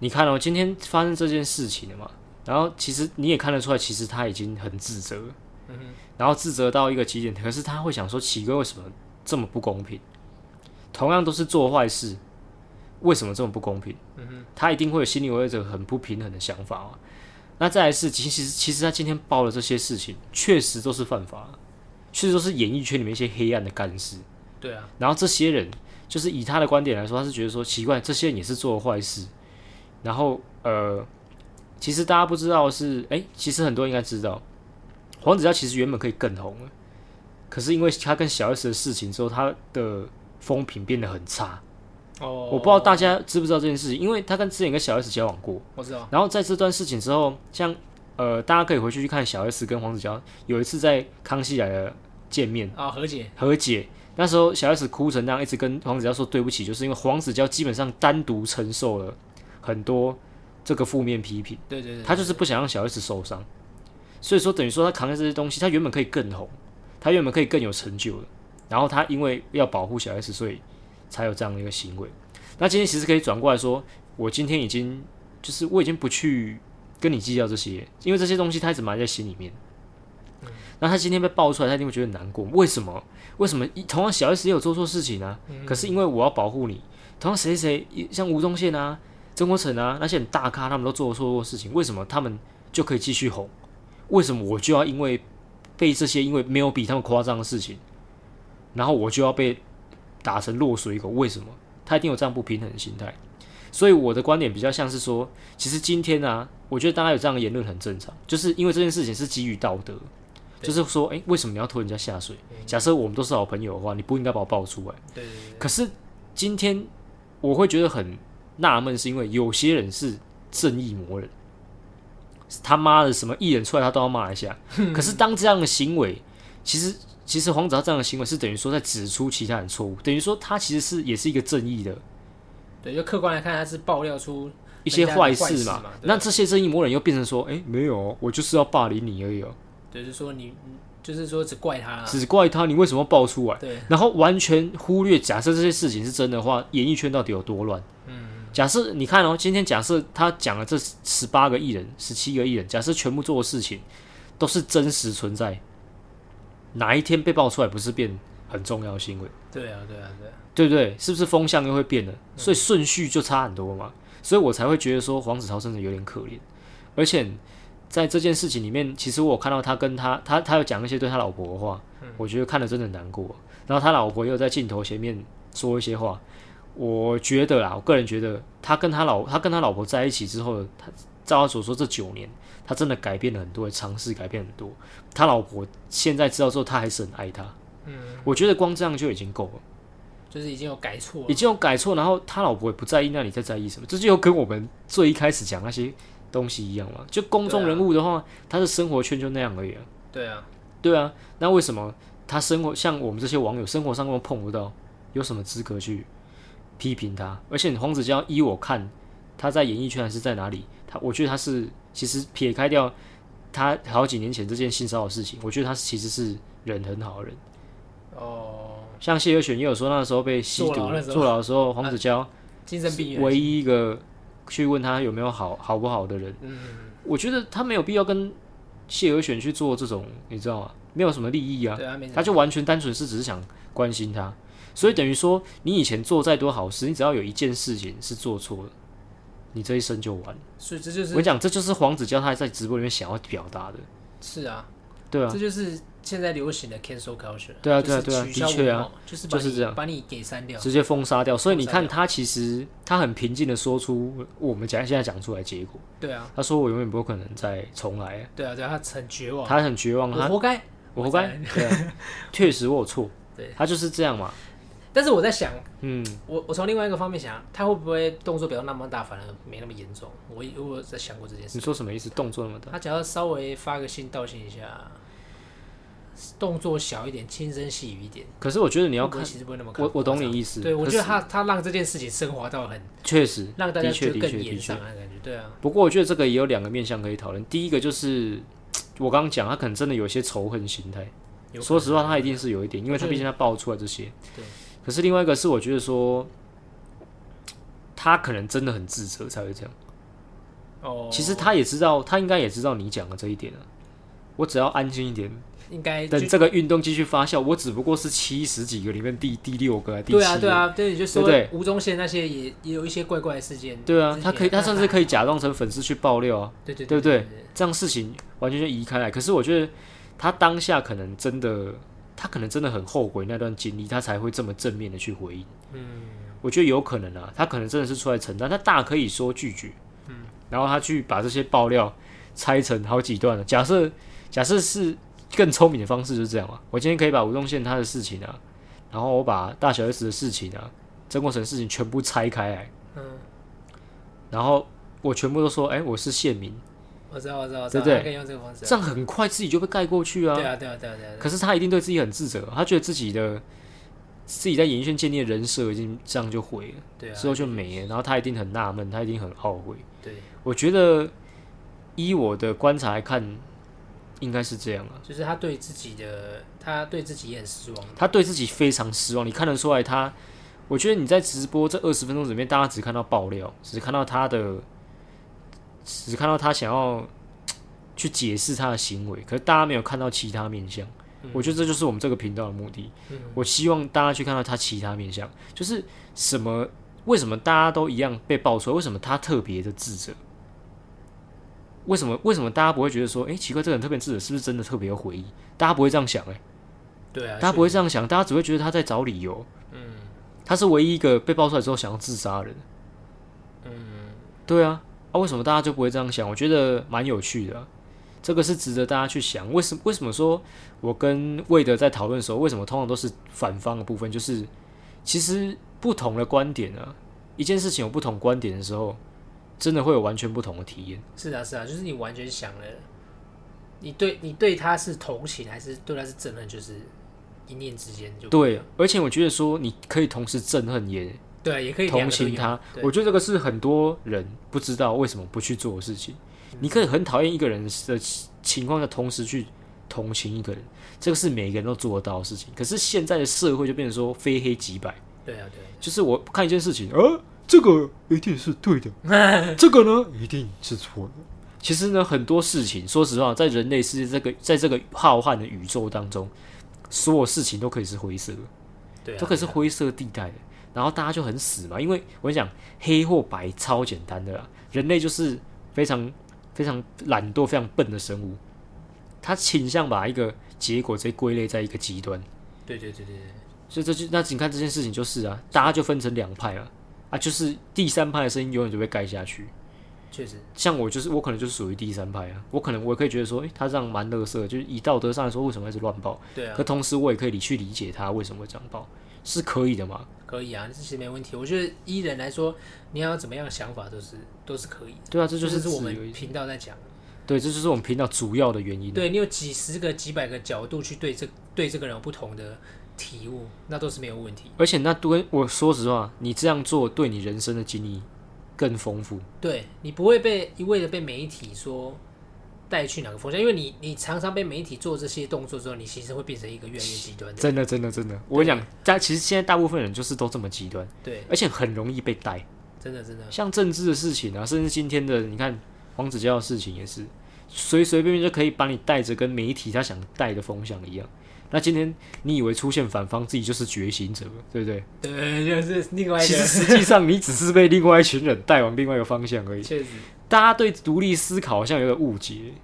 S2: 你看哦，今天发生这件事情了嘛，然后其实你也看得出来，其实他已经很自责了，嗯、然后自责到一个极点，可是他会想说，奇怪，为什么这么不公平？同样都是做坏事，为什么这么不公平？嗯、他一定会有心里会有一种很不平衡的想法嘛。那再来是，其实其实他今天报了这些事情，确实都是犯法，确实都是演艺圈里面一些黑暗的干事。
S1: 对啊，
S2: 然后这些人，就是以他的观点来说，他是觉得说奇怪，这些人也是做了坏事。然后呃，其实大家不知道的是，哎，其实很多人应该知道，黄子佼其实原本可以更红了，可是因为他跟小 S 的事情之后，他的风评变得很差。
S1: 哦，
S2: 我不知道大家知不知道这件事情，因为他跟之前跟小 S 交往过。
S1: 我知道，
S2: 然后在这段事情之后，像呃，大家可以回去去看小 S 跟黄子佼有一次在《康熙来了》见面
S1: 啊、和解，
S2: 和解，那时候小 S 哭成那样，一直跟黄子佼说对不起，就是因为黄子佼基本上单独承受了很多这个负面批评，
S1: 对对对，
S2: 他就是不想让小 S 受伤，所以说等于说他扛着这些东西，他原本可以更红，他原本可以更有成就的，然后他因为要保护小 S，所以才有这样的一个行为。那今天其实可以转过来说，我今天已经就是我已经不去跟你计较这些，因为这些东西他一直埋在心里面。那他今天被爆出来，他一定会觉得很难过。为什么？为什么一同样小 S 也有做错事情啊？
S1: 嗯
S2: 可是因为我要保护你，同样谁谁像吴宗宪啊、曾国成啊那些很大咖，他们都做错过事情，为什么他们就可以继续红？为什么我就要因为被这些因为没有比他们夸张的事情，然后我就要被打成落水狗？为什么？他一定有这样不平衡的心态。所以我的观点比较像是说，其实今天啊，我觉得大家有这样的言论很正常，就是因为这件事情是基于道德，就是说，诶，为什么你要拖人家下水？假设我们都是好朋友的话，你不应该把我爆出来。
S1: 对对
S2: 可是今天我会觉得很纳闷，是因为有些人是正义魔人，他妈的什么艺人出来他都要骂一下。可是当这样的行为，其实其实黄子韬这样的行为是等于说在指出其他人错误，等于说他其实是也是一个正义的
S1: 对，就客观来看，他是爆料出
S2: 一些坏事
S1: 嘛
S2: 嘛。。
S1: 对
S2: 那这些正义魔人又变成说，哎、没有哦，我就是要霸凌你而已哦，
S1: 对，就是说你，就是说只怪他啦。
S2: 只怪他，你为什么要爆出来？
S1: 啊对，
S2: 然后完全忽略，假设这些事情是真的话，演艺圈到底有多乱？嗯，假设你看哦，今天假设他讲了这十八个艺人、十七个艺人，假设全部做的事情都是真实存在，哪一天被爆出来，不是变很重要的新闻，
S1: 对啊，对啊，对啊，
S2: 对不对？是不是风向又会变了？所以顺序就差很多嘛，所以我才会觉得说黄子韬真的有点可怜，而且在这件事情里面，其实我有看到他跟他他他有讲一些对他老婆的话，我觉得看了真的很难过。然后他老婆又在镜头前面说一些话，我觉得啦，我个人觉得他跟他老他跟他老婆在一起之后，他照他所说这九年，他真的改变了很多，尝试改变很多。他老婆现在知道之后，他还是很爱他。嗯，我觉得光这样就已经够了，
S1: 就是已经有改错
S2: 已
S1: 了。
S2: 经有改错，然后他老婆也不在意，那你在在意什么？这就又跟我们最一开始讲那些东西一样嘛。就公众
S1: 对啊
S2: 人物的话，他的生活圈就那样而已啊。
S1: 对啊，
S2: 对啊，那为什么他生活像我们这些网友生活上根本碰不到，有什么资格去批评他？而且黄子佼依我看，他在演艺圈还是在哪里？他我觉得他是其实撇开掉他好几年前这件性骚扰事情，我觉得他其实是人很好的人。
S1: 哦，
S2: 像谢和弦也有说，那时候被吸毒
S1: 坐啊牢那时候
S2: 坐牢的时候，黄子佼
S1: 精神病
S2: 唯
S1: 院。
S2: 一一个去问他有没有好好不好的人。
S1: 嗯，
S2: 我觉得他没有必要跟谢和弦去做这种，你知道吗？没有什么利益啊。
S1: 对啊，没什
S2: 他就完全单纯是只是想关心他，所以等于说，你以前做再多好事，你只要有一件事情是做错了，你这一生就完了。
S1: 所以这就
S2: 我
S1: 是
S2: 跟你讲，这就是黄子佼他在直播里面想要表达的，
S1: 是啊，
S2: 对啊，
S1: 这就是现在流行的 cancel culture。
S2: 对啊
S1: 就是
S2: 对啊对啊
S1: 取消
S2: 的确啊
S1: 文化，就是把
S2: 就是
S1: 你
S2: 这样
S1: 把你给删掉。
S2: 直接封杀掉。所以你
S1: 封
S2: 看，他其实他很平静的说出我们讲现在讲出来的结果，
S1: 对啊，
S2: 他说我永远不可能再重来，
S1: 对啊，对啊，他很绝望，
S2: 他很绝望，
S1: 我
S2: 他
S1: 活该。
S2: 我活该，对啊，确实我有错，
S1: 对，
S2: 他就是这样嘛，
S1: 但是我在想，
S2: 嗯，
S1: 我我从另外一个方面想，他会不会动作不要那么大，反而没那么严重？我我有在想过这件事。
S2: 你说什么意思？动作那么大，
S1: 他只要稍微发个信道歉一下，动作小一点，轻声细语一点，
S2: 可是我觉得你
S1: 你
S2: 要看，
S1: 其实不会那么看
S2: 我我懂你意
S1: 夸
S2: 思，
S1: 张对，我
S2: 可
S1: 觉得
S2: 是
S1: 他他让这件事情升华到很
S2: 确实，
S1: 让嗯大家
S2: 的确
S1: 觉得
S2: 的确
S1: 更
S2: 的
S1: 严
S2: 确
S1: 上。的感觉，对啊，
S2: 不过我觉得这个也有两个面向可以讨论。第一个就是我刚刚讲，他可能真的有一些仇恨心态。
S1: 有可
S2: 说
S1: 能
S2: 实话，他一定是有一点，因为他
S1: 我觉得
S2: 毕竟他爆出来这些。
S1: 对。
S2: 可是另外一个是，我觉得说他可能真的很自责才会这样。
S1: 哦，
S2: 其实他也知道，他应该也知道你讲的这一点啊。我只要安静一点，
S1: 应该就
S2: 等这个运动继续发酵，我只不过是七十几个里面第第六个、第七
S1: 对啊
S2: 个。
S1: 对啊，对你就说
S2: 对
S1: 吴宗宪那些也也有一些怪怪的事件，
S2: 对啊
S1: 之前
S2: 他可以，他甚至可以假装成粉丝去爆料啊。
S1: 对对
S2: 对不
S1: 对
S2: 对？这样事情完全就移开来。可是我觉得他当下可能真的，他可能真的很后悔那段经历，他才会这么正面的去回应。嗯，我觉得有可能啊，他可能真的是出来承担，他大可以说拒绝。嗯，然后他去把这些爆料拆成好几段了。啊假设假设是更聪明的方式就是这样嘛、我今天可以把吴宗宪他的事情啊，然后我把大小 S 的事情啊，曾国成的事情全部拆开来。
S1: 嗯，
S2: 然后我全部都说，哎、我是县民，
S1: 我知道我知道我知道，
S2: 对不对
S1: 他可以用这个方式啊，
S2: 这样很快自己就被盖过去啊。
S1: 对啊对啊对啊对啊，
S2: 可是他一定对自己很自责，他觉得自己的自己在演艺圈建立的人设已经这样就毁了，
S1: 对啊，
S2: 之后就没了，然后他一定很纳闷，他一定很懊悔。
S1: 对，
S2: 我觉得依我的观察来看，应该是这样啊。
S1: 就是他对自己的，他对自己也很失望。
S2: 他对自己非常失望，你看得出来他。我觉得你在直播这二十分钟里面，大家只看到爆料，只看到他的，只看到他想要去解释他的行为，可是大家没有看到其他面相。我觉得这就是我们这个频道的目的。我希望大家去看到他其他面相，就是什么？为什么大家都一样被爆出来？为什么他特别的自责？为什么？为什么大家不会觉得说，诶，奇怪，这个人特别自责，是不是真的特别有回忆？大家不会这样想、诶。
S1: 对啊，
S2: 大家不会这样想，大家只会觉得他在找理由。嗯，他是唯一一个被爆出来之后想要自杀的人。嗯，对啊，啊，为什么大家就不会这样想？我觉得蛮有趣的啊、这个是值得大家去想。为什么？为什么说我跟魏德在讨论的时候，为什么通常都是反方的部分？就是其实不同的观点啊，一件事情有不同观点的时候，真的会有完全不同的体验。
S1: 是啊，是啊，就是你完全想了，你对你对他是同情还是对他是憎恨，就是一念之间就
S2: 对，而且我觉得说你可以同时憎恨也
S1: 对啊，也可以两
S2: 同
S1: 个都
S2: 情
S1: 有
S2: 他。
S1: 对
S2: 我觉得这个是很多人不知道为什么不去做的事情。
S1: 嗯
S2: 你可以很讨厌一个人的情况下，同时去同情一个人，这个是每个人都做得到的事情。可是现在的社会就变成说非黑即白，
S1: 对啊，对啊，
S2: 就是我看一件事情，呃，这个一定是对的，这个呢一定是错的。其实呢，很多事情，说实话，在人类世界这个在这个浩瀚的宇宙当中，所有事情都可以是灰色的。
S1: 对啊，
S2: 这个是灰色地带的。然后大家就很死嘛，因为我跟你讲，黑或白超简单的啦，人类就是非常非常懒惰、非常笨的生物，他倾向把一个结果直接归类在一个极端，
S1: 对对对对对，
S2: 所以这就那你看这件事情就是啊，大家就分成两派了啊，就是第三派的声音永远就被盖下去。
S1: 确实，
S2: 像我就是我可能就是属于第三派啊，我可能我也可以觉得说，诶、他这样蛮乐色的，就是以道德上来说，为什么一直乱报？
S1: 对啊
S2: 可，同时我也可以理去理解他为什么会这样报，是可以的嘛？
S1: 可以啊，这些没问题。我觉得依人来说，你要有怎么样的想法都是都是可以的，
S2: 对啊，这就是
S1: 是我
S2: 自由嗯
S1: 们频道在讲。
S2: 对，这就是我们频道主要的原因。啊
S1: 对你有几十个、几百个角度去对这对这个人有不同的体悟，那都是没有问题。
S2: 而且那对我说实话，你这样做对你人生的经历更丰富。
S1: 对你不会被一味的被媒体说带去哪个方向，因为你你常常被媒体做这些动作之后，你其实会变成一个越来越极端的。
S2: 真的，真的，真的，我跟你讲，但其实现在大部分人就是都这么极端，
S1: 对，
S2: 而且很容易被带。
S1: 真的真的，
S2: 像政治的事情啊，甚至今天的你看黄子佼的事情也是，随随便便就可以把你带着跟媒体他想带的风向一样。那今天你以为出现反方，自己就是觉醒者了，对不对？
S1: 对，就是另外一
S2: 其实
S1: 个，
S2: 实际上你只是被另外一群人带往另外一个方向而已。
S1: 确实
S2: 大家对独立思考好像有点误解，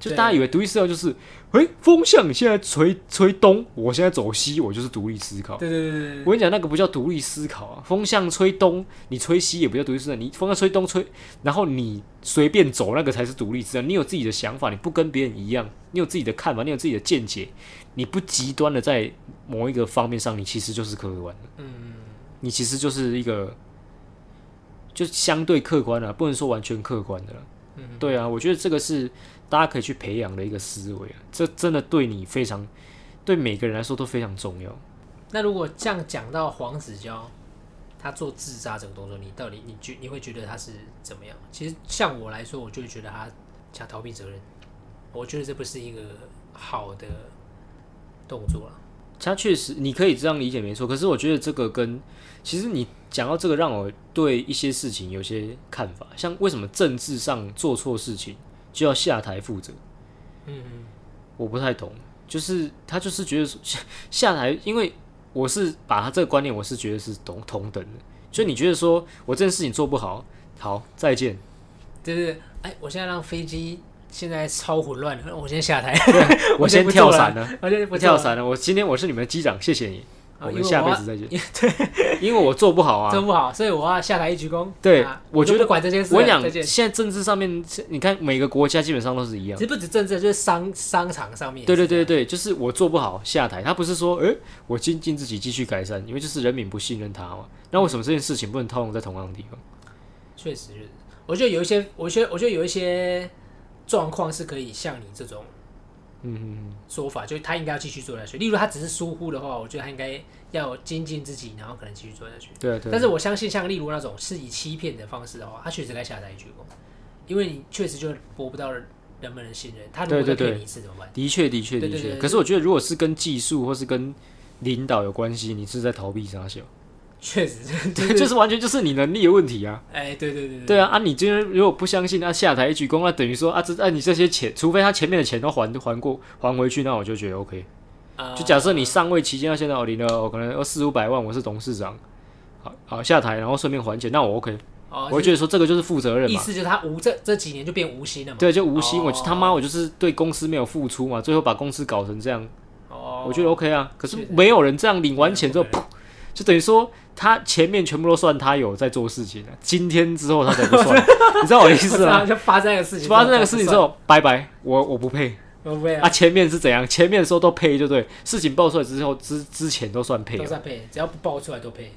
S2: 就
S1: 对
S2: 大家以为独立思考就是，诶、风向现在吹吹东，我现在走西，我就是独立思考。
S1: 对对对对对，
S2: 我跟你讲，那个不叫独立思考啊，风向吹东，你吹西也不叫独立思考，你风向吹东吹，然后你随便走，那个才是独立思考。你有自己的想法，你不跟别人一样，你有自己的看法，你有自己的见解，你不极端的在某一个方面上，你其实就是客观的。嗯，你其实就是一个，就相对客观啊了、不能说完全客观的了。嗯，对啊，我觉得这个是大家可以去培养的一个思维啊，这真的对你非常，对每个人来说都非常重要。
S1: 那如果这样讲到黄子佼，他做自杀这个动作，你到底你觉你会觉得他是怎么样？其实像我来说，我就会觉得他想逃避责任，我觉得这不是一个好的动作了。
S2: 他确实，你可以这样理解没错。可是我觉得这个跟其实你讲到这个，让我对一些事情有些看法，像为什么政治上做错事情就要下台负责？
S1: 嗯，
S2: 我不太懂，就是他就是觉得说下下台，因为我是把他这个观念，我是觉得是同同等的。就你觉得说我这件事情做不好，好再见，
S1: 就是哎，我现在让飞机现在超混乱了，我先下台，
S2: 我
S1: 先
S2: 先
S1: 不
S2: 跳
S1: 做
S2: 伞了，
S1: 我先 不做
S2: 我跳
S1: 了
S2: 伞了。我今天我是你们的机长，谢谢你，
S1: 啊
S2: 我
S1: 因为
S2: 们下
S1: 我
S2: 辈
S1: 要
S2: 子再见。 因为我做不好啊，
S1: 做不好，所以我要下台一鞠躬。
S2: 对
S1: 啊
S2: 我觉
S1: 就
S2: 得
S1: 不管这件事了，
S2: 我跟你
S1: 再见
S2: 讲，现在政治上面，你看每个国家基本上都是一样
S1: 其。实不止政治，就是商商场上面也啊
S2: 对
S1: 是这
S2: 对
S1: 样。
S2: 对对，就是我做不好下台，他不是说，诶、我精进自己继续改善，因为就是人民不信任他嘛。那为什么这件事情不能套用在同样的地方？
S1: 确实，确实我觉得有一些，我觉得我觉得有一些状况是可以像你这种
S2: 嗯
S1: 说法，就他应该要继续做下去。例如他只是疏忽的话，我觉得他应该要精进自己，然后可能继续做下去
S2: 嗯，。对啊对啊，
S1: 但是我相信，像例如那种是以欺骗的方式的话，他确实该下台鞠躬，因为你确实就博不到人们的信任。他如果
S2: 对
S1: 再
S2: 对对
S1: 骗你一次怎么办？
S2: 的确的确
S1: 对
S2: 的
S1: 对对
S2: 确。
S1: 对
S2: 可是我觉得，如果是跟技术或是跟领导有关系，你是在逃避 啥小？
S1: 确实，
S2: 对，就是完全就是你能力的问题啊。
S1: 哎，对对对
S2: 对啊，啊，你今天如果不相信他、啊下台一鞠躬，那等于说啊，这啊你这些钱，除非他前面的钱都还还过还回去，那我就觉得 OK。
S1: 啊
S2: 就假设你上位期间到现在我领了我哦可能有四五百万，我是董事长，好好下台，然后顺便还钱，那我 OK，
S1: 哦
S2: 我，会觉得说这个就是负责任
S1: 意
S2: 嘛。
S1: 思就是他无这这几年就变无心了嘛。
S2: 对，就无心，
S1: 哦
S2: 我就他妈我就是对公司没有付出嘛，最后把公司搞成这样，
S1: 哦，
S2: 我觉得 OK 啊。可是
S1: 是的
S2: 没有人这样领完钱之后，
S1: 没有
S2: 噗，就等于说他前面全部都算他有在做事情了，今天之后他才不算， 你知道我的意
S1: 我
S2: 思
S1: 知
S2: 吗
S1: 道？就发生那个事情，
S2: 啊发生那个事情之，后，拜拜，我我不配
S1: 我不会
S2: 啊！
S1: 啊，
S2: 前面是怎样？前面的时候都配就对，事情爆出来之后之之前都算配啊
S1: 都
S2: 了。
S1: 算配，啊只要不爆出来都配。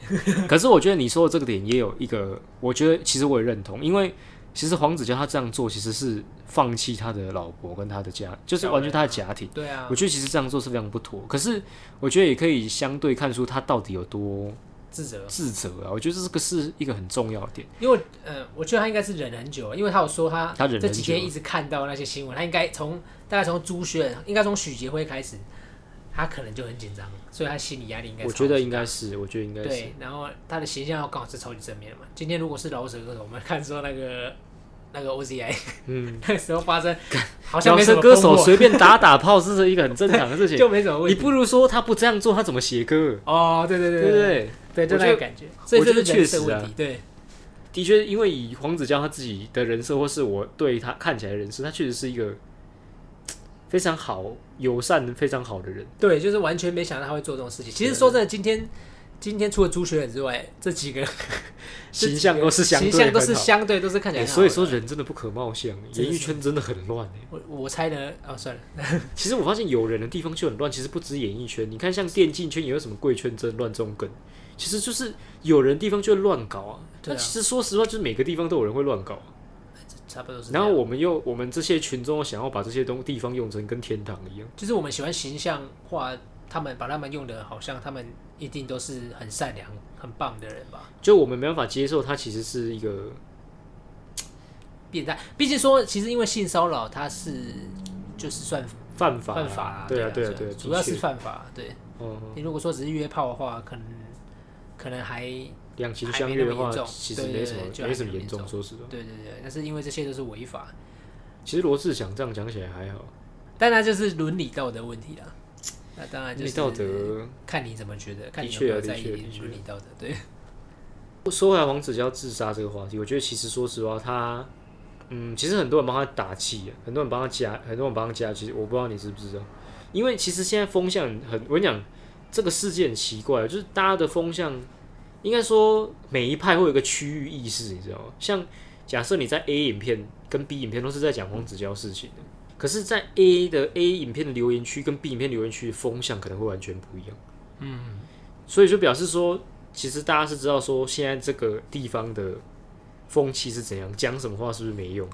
S2: 可是我觉得你说的这个点也有一个，我觉得其实我也认同，因为其实黄子佼他这样做其实是放弃他的老婆跟他的家，就是完全他的家庭。
S1: 对啊
S2: 我，觉得其实这样做是非常不妥，可是我觉得也可以相对看出他到底有多
S1: 自责。
S2: 自责啊。我觉得这个是一个很重要的点。
S1: 因为呃，我觉得他应该是忍很久，因为他有说他
S2: 他忍
S1: 这
S2: 很
S1: 几
S2: 久
S1: 天一直看到那些新闻，他应该从大概从朱轩，应该从许杰辉开始，他可能就很紧张，所以他心理压力应该。
S2: 我觉得应该是，我觉得应该是
S1: 对，然后他的形象要刚好是超级正面的嘛。今天如果是老舍歌手，我们看说那个那个 OZI，嗯， 那个时候发生好像
S2: 饶
S1: 没什
S2: 舌
S1: 么
S2: 歌
S1: 风
S2: 手
S1: 波
S2: 随便打打炮，这是一个很正常的事情。
S1: 就没什么问
S2: 你
S1: 题。
S2: 不如说他不这样做，他怎么写歌？
S1: 哦，对对对
S2: 对不
S1: 对对，
S2: 对？
S1: 就
S2: 我觉
S1: 那个
S2: 得
S1: 感觉，所以
S2: 我
S1: 这
S2: 觉得
S1: 是人
S2: 确
S1: 设
S2: 实啊
S1: 问题，对，
S2: 的确，因为以黄子佼他自己的人设，或是我对他看起来的人设，他确实是一个嘖非常好、友善、非常好的人。
S1: 对，就是完全没想到他会做这种事情。其实说真的，今天今天除了朱学远之外， 这几 个这
S2: 形
S1: 几
S2: 象
S1: 个
S2: 都是相对
S1: 形象都
S2: 很
S1: 是
S2: 好
S1: 相对都是看起来
S2: 欸
S1: 很好的、
S2: 所以说人真的不可貌相，
S1: 真的是
S2: 演艺圈真的很乱欸
S1: 我我猜的哦，算了，
S2: 其实我发现有人的地方就很乱，其实不止演艺圈，你看像电竞圈也有什么贵圈真乱中梗，其实就是有人地方就会乱搞啊。
S1: 对
S2: 但
S1: 啊
S2: 其实说实话，就是每个地方都有人会乱搞啊、
S1: 差不多是这
S2: 然
S1: 样。
S2: 后我们又我们这些群众想要把这些东地方用成跟天堂一样，
S1: 就是我们喜欢形象化，他们把他们用的好像他们一定都是很善良、很棒的人吧？
S2: 就我们没办法接受它其实是一个
S1: 变态，毕竟说其实因为性骚扰，它是就是算
S2: 犯法啦。
S1: 犯法啦，
S2: 对啊，对
S1: 啊
S2: 啊，对啊，
S1: 主要是
S2: 的确
S1: 犯法。对
S2: 嗯，
S1: 你如果说只是约炮的话，可能可能还
S2: 两情相悦的话
S1: 还没那么严重，
S2: 其实
S1: 对对
S2: 没什么
S1: 对就还
S2: 没什
S1: 没那么
S2: 么严
S1: 严
S2: 重，说实话。
S1: 对对对，但是因为这些都是违法，
S2: 其实罗志祥这样讲起来还好，
S1: 但那就是伦理道德问题啦。那当啊然就
S2: 你
S1: 是
S2: 道德
S1: 看你怎么觉得，看你
S2: 的
S1: 有
S2: 确
S1: 没
S2: 啊
S1: 有在意
S2: 的确的确
S1: 伦理道德。对，
S2: 说回来，黄子佼自杀这个话题，我觉得其实说实话，他，嗯，其实很多人帮他打气啊，很多人帮他加，很多人帮他加。其实我不知道你知不知道，因为其实现在风向很，我跟你讲，这个世界很奇怪，啊就是大家的风向，应该说每一派会有一个区域意识，你知道吗？像假设你在 A 影片跟 B 影片都是在讲黄子佼事情的，可是，在 A 的 A 影片的留言区跟 B 影片留言区的风向可能会完全不一样。所以就表示说，其实大家是知道说现在这个地方的风气是怎样，讲什么话是不是没用。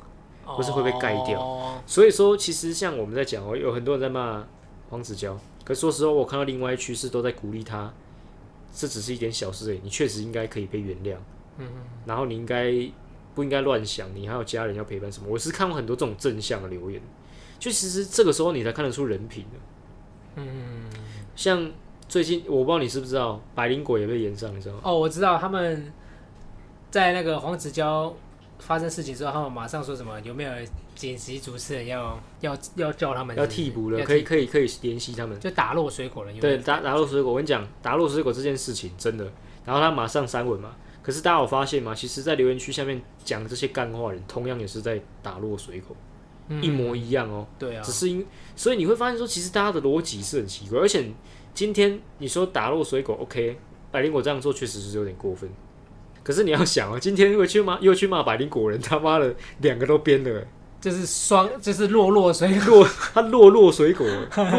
S2: 不是会被盖掉
S1: 掉。
S2: 所以说，其实像我们在讲哦，有很多人在骂黄子佼，可是说实话，我看到另外一趋势都在鼓励他，这只是一点小事而已，你确实应该可以被原谅。嗯，然后你应该不应该乱想，你还有家人要陪伴什么？我是看过很多这种正向的留言，就其实这个时候你才看得出人品的。嗯，像最近我不知道你知不知道，百灵果也被延上，你知道吗？
S1: 哦，我知道他们在那个黄子佼发生事情之后，他们马上说什么？有没有紧急主持人要要要叫他们
S2: 要
S1: 是不是
S2: 替补了，
S1: 要
S2: 可以可以可以联系他们。
S1: 就打落水口了。有没有
S2: 对，，打打落水果，我跟你讲，打落水果这件事情真的，然后他马上删文嘛。可是大家有发现吗？其实，在留言区下面讲这些干话的人，同样也是在打落水口，一模一样哦。
S1: 对啊
S2: 只，是因，所以你会发现说，其实大家的逻辑是很奇怪。而且今天你说打落水狗，OK，百灵果这样做确实是有点过分。啊可是你要想哦，今天又去骂又去骂百灵果人，他妈的两个都编了，
S1: 这就是双就是落落水狗。
S2: 落他落落水狗，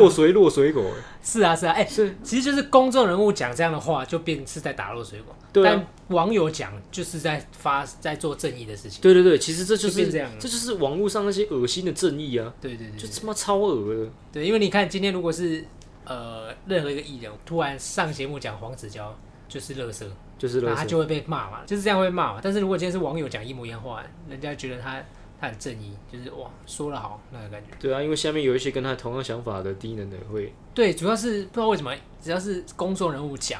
S2: 落水落水狗，
S1: 是啊是啊，哎、
S2: 是
S1: 其实就是公众人物讲这样的话，就变是在打落水狗。
S2: 对啊
S1: 但网友讲就是在发在做正义的事情。
S2: 对对对，其实这就
S1: 就是变这样了嗯
S2: 这就是网络上那些恶心的正义啊，
S1: 对对对
S2: 就
S1: 对
S2: 他妈超恶的。
S1: 对，因为你看今天如果是呃任何一个艺人突然上节目讲黄子佼就是乐色，
S2: 就是垃
S1: 那
S2: 圾
S1: 他就会被骂嘛，就是这样会被骂嘛。但是如果今天是网友讲一模一样话，人家觉得他他很正义，就是哇说了好那个感觉。
S2: 对啊，因为下面有一些跟他同样想法的低能儿会，
S1: 对，主要是不知道为什么，只要是公众人物讲，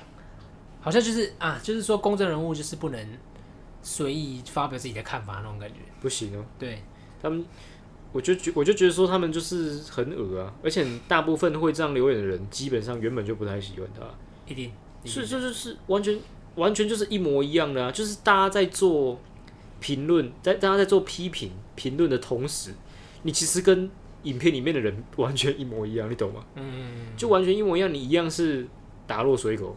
S1: 好像就是啊，就是说公众人物就是不能随意发表自己的看法那种感觉。
S2: 不行哦。
S1: 对，
S2: 他们，我就觉我就觉得说他们就是很恶啊，而且大部分会这样留言的人，基本上原本就不太喜欢他，
S1: 一定一定
S2: 所以这就是完全完全就是一模一样的啊，就是大家在做评论，在大家在做批评评论的同时，你其实跟影片里面的人完全一模一样，你懂吗？
S1: 嗯，
S2: 就完全一模一样，你一样是打落水狗，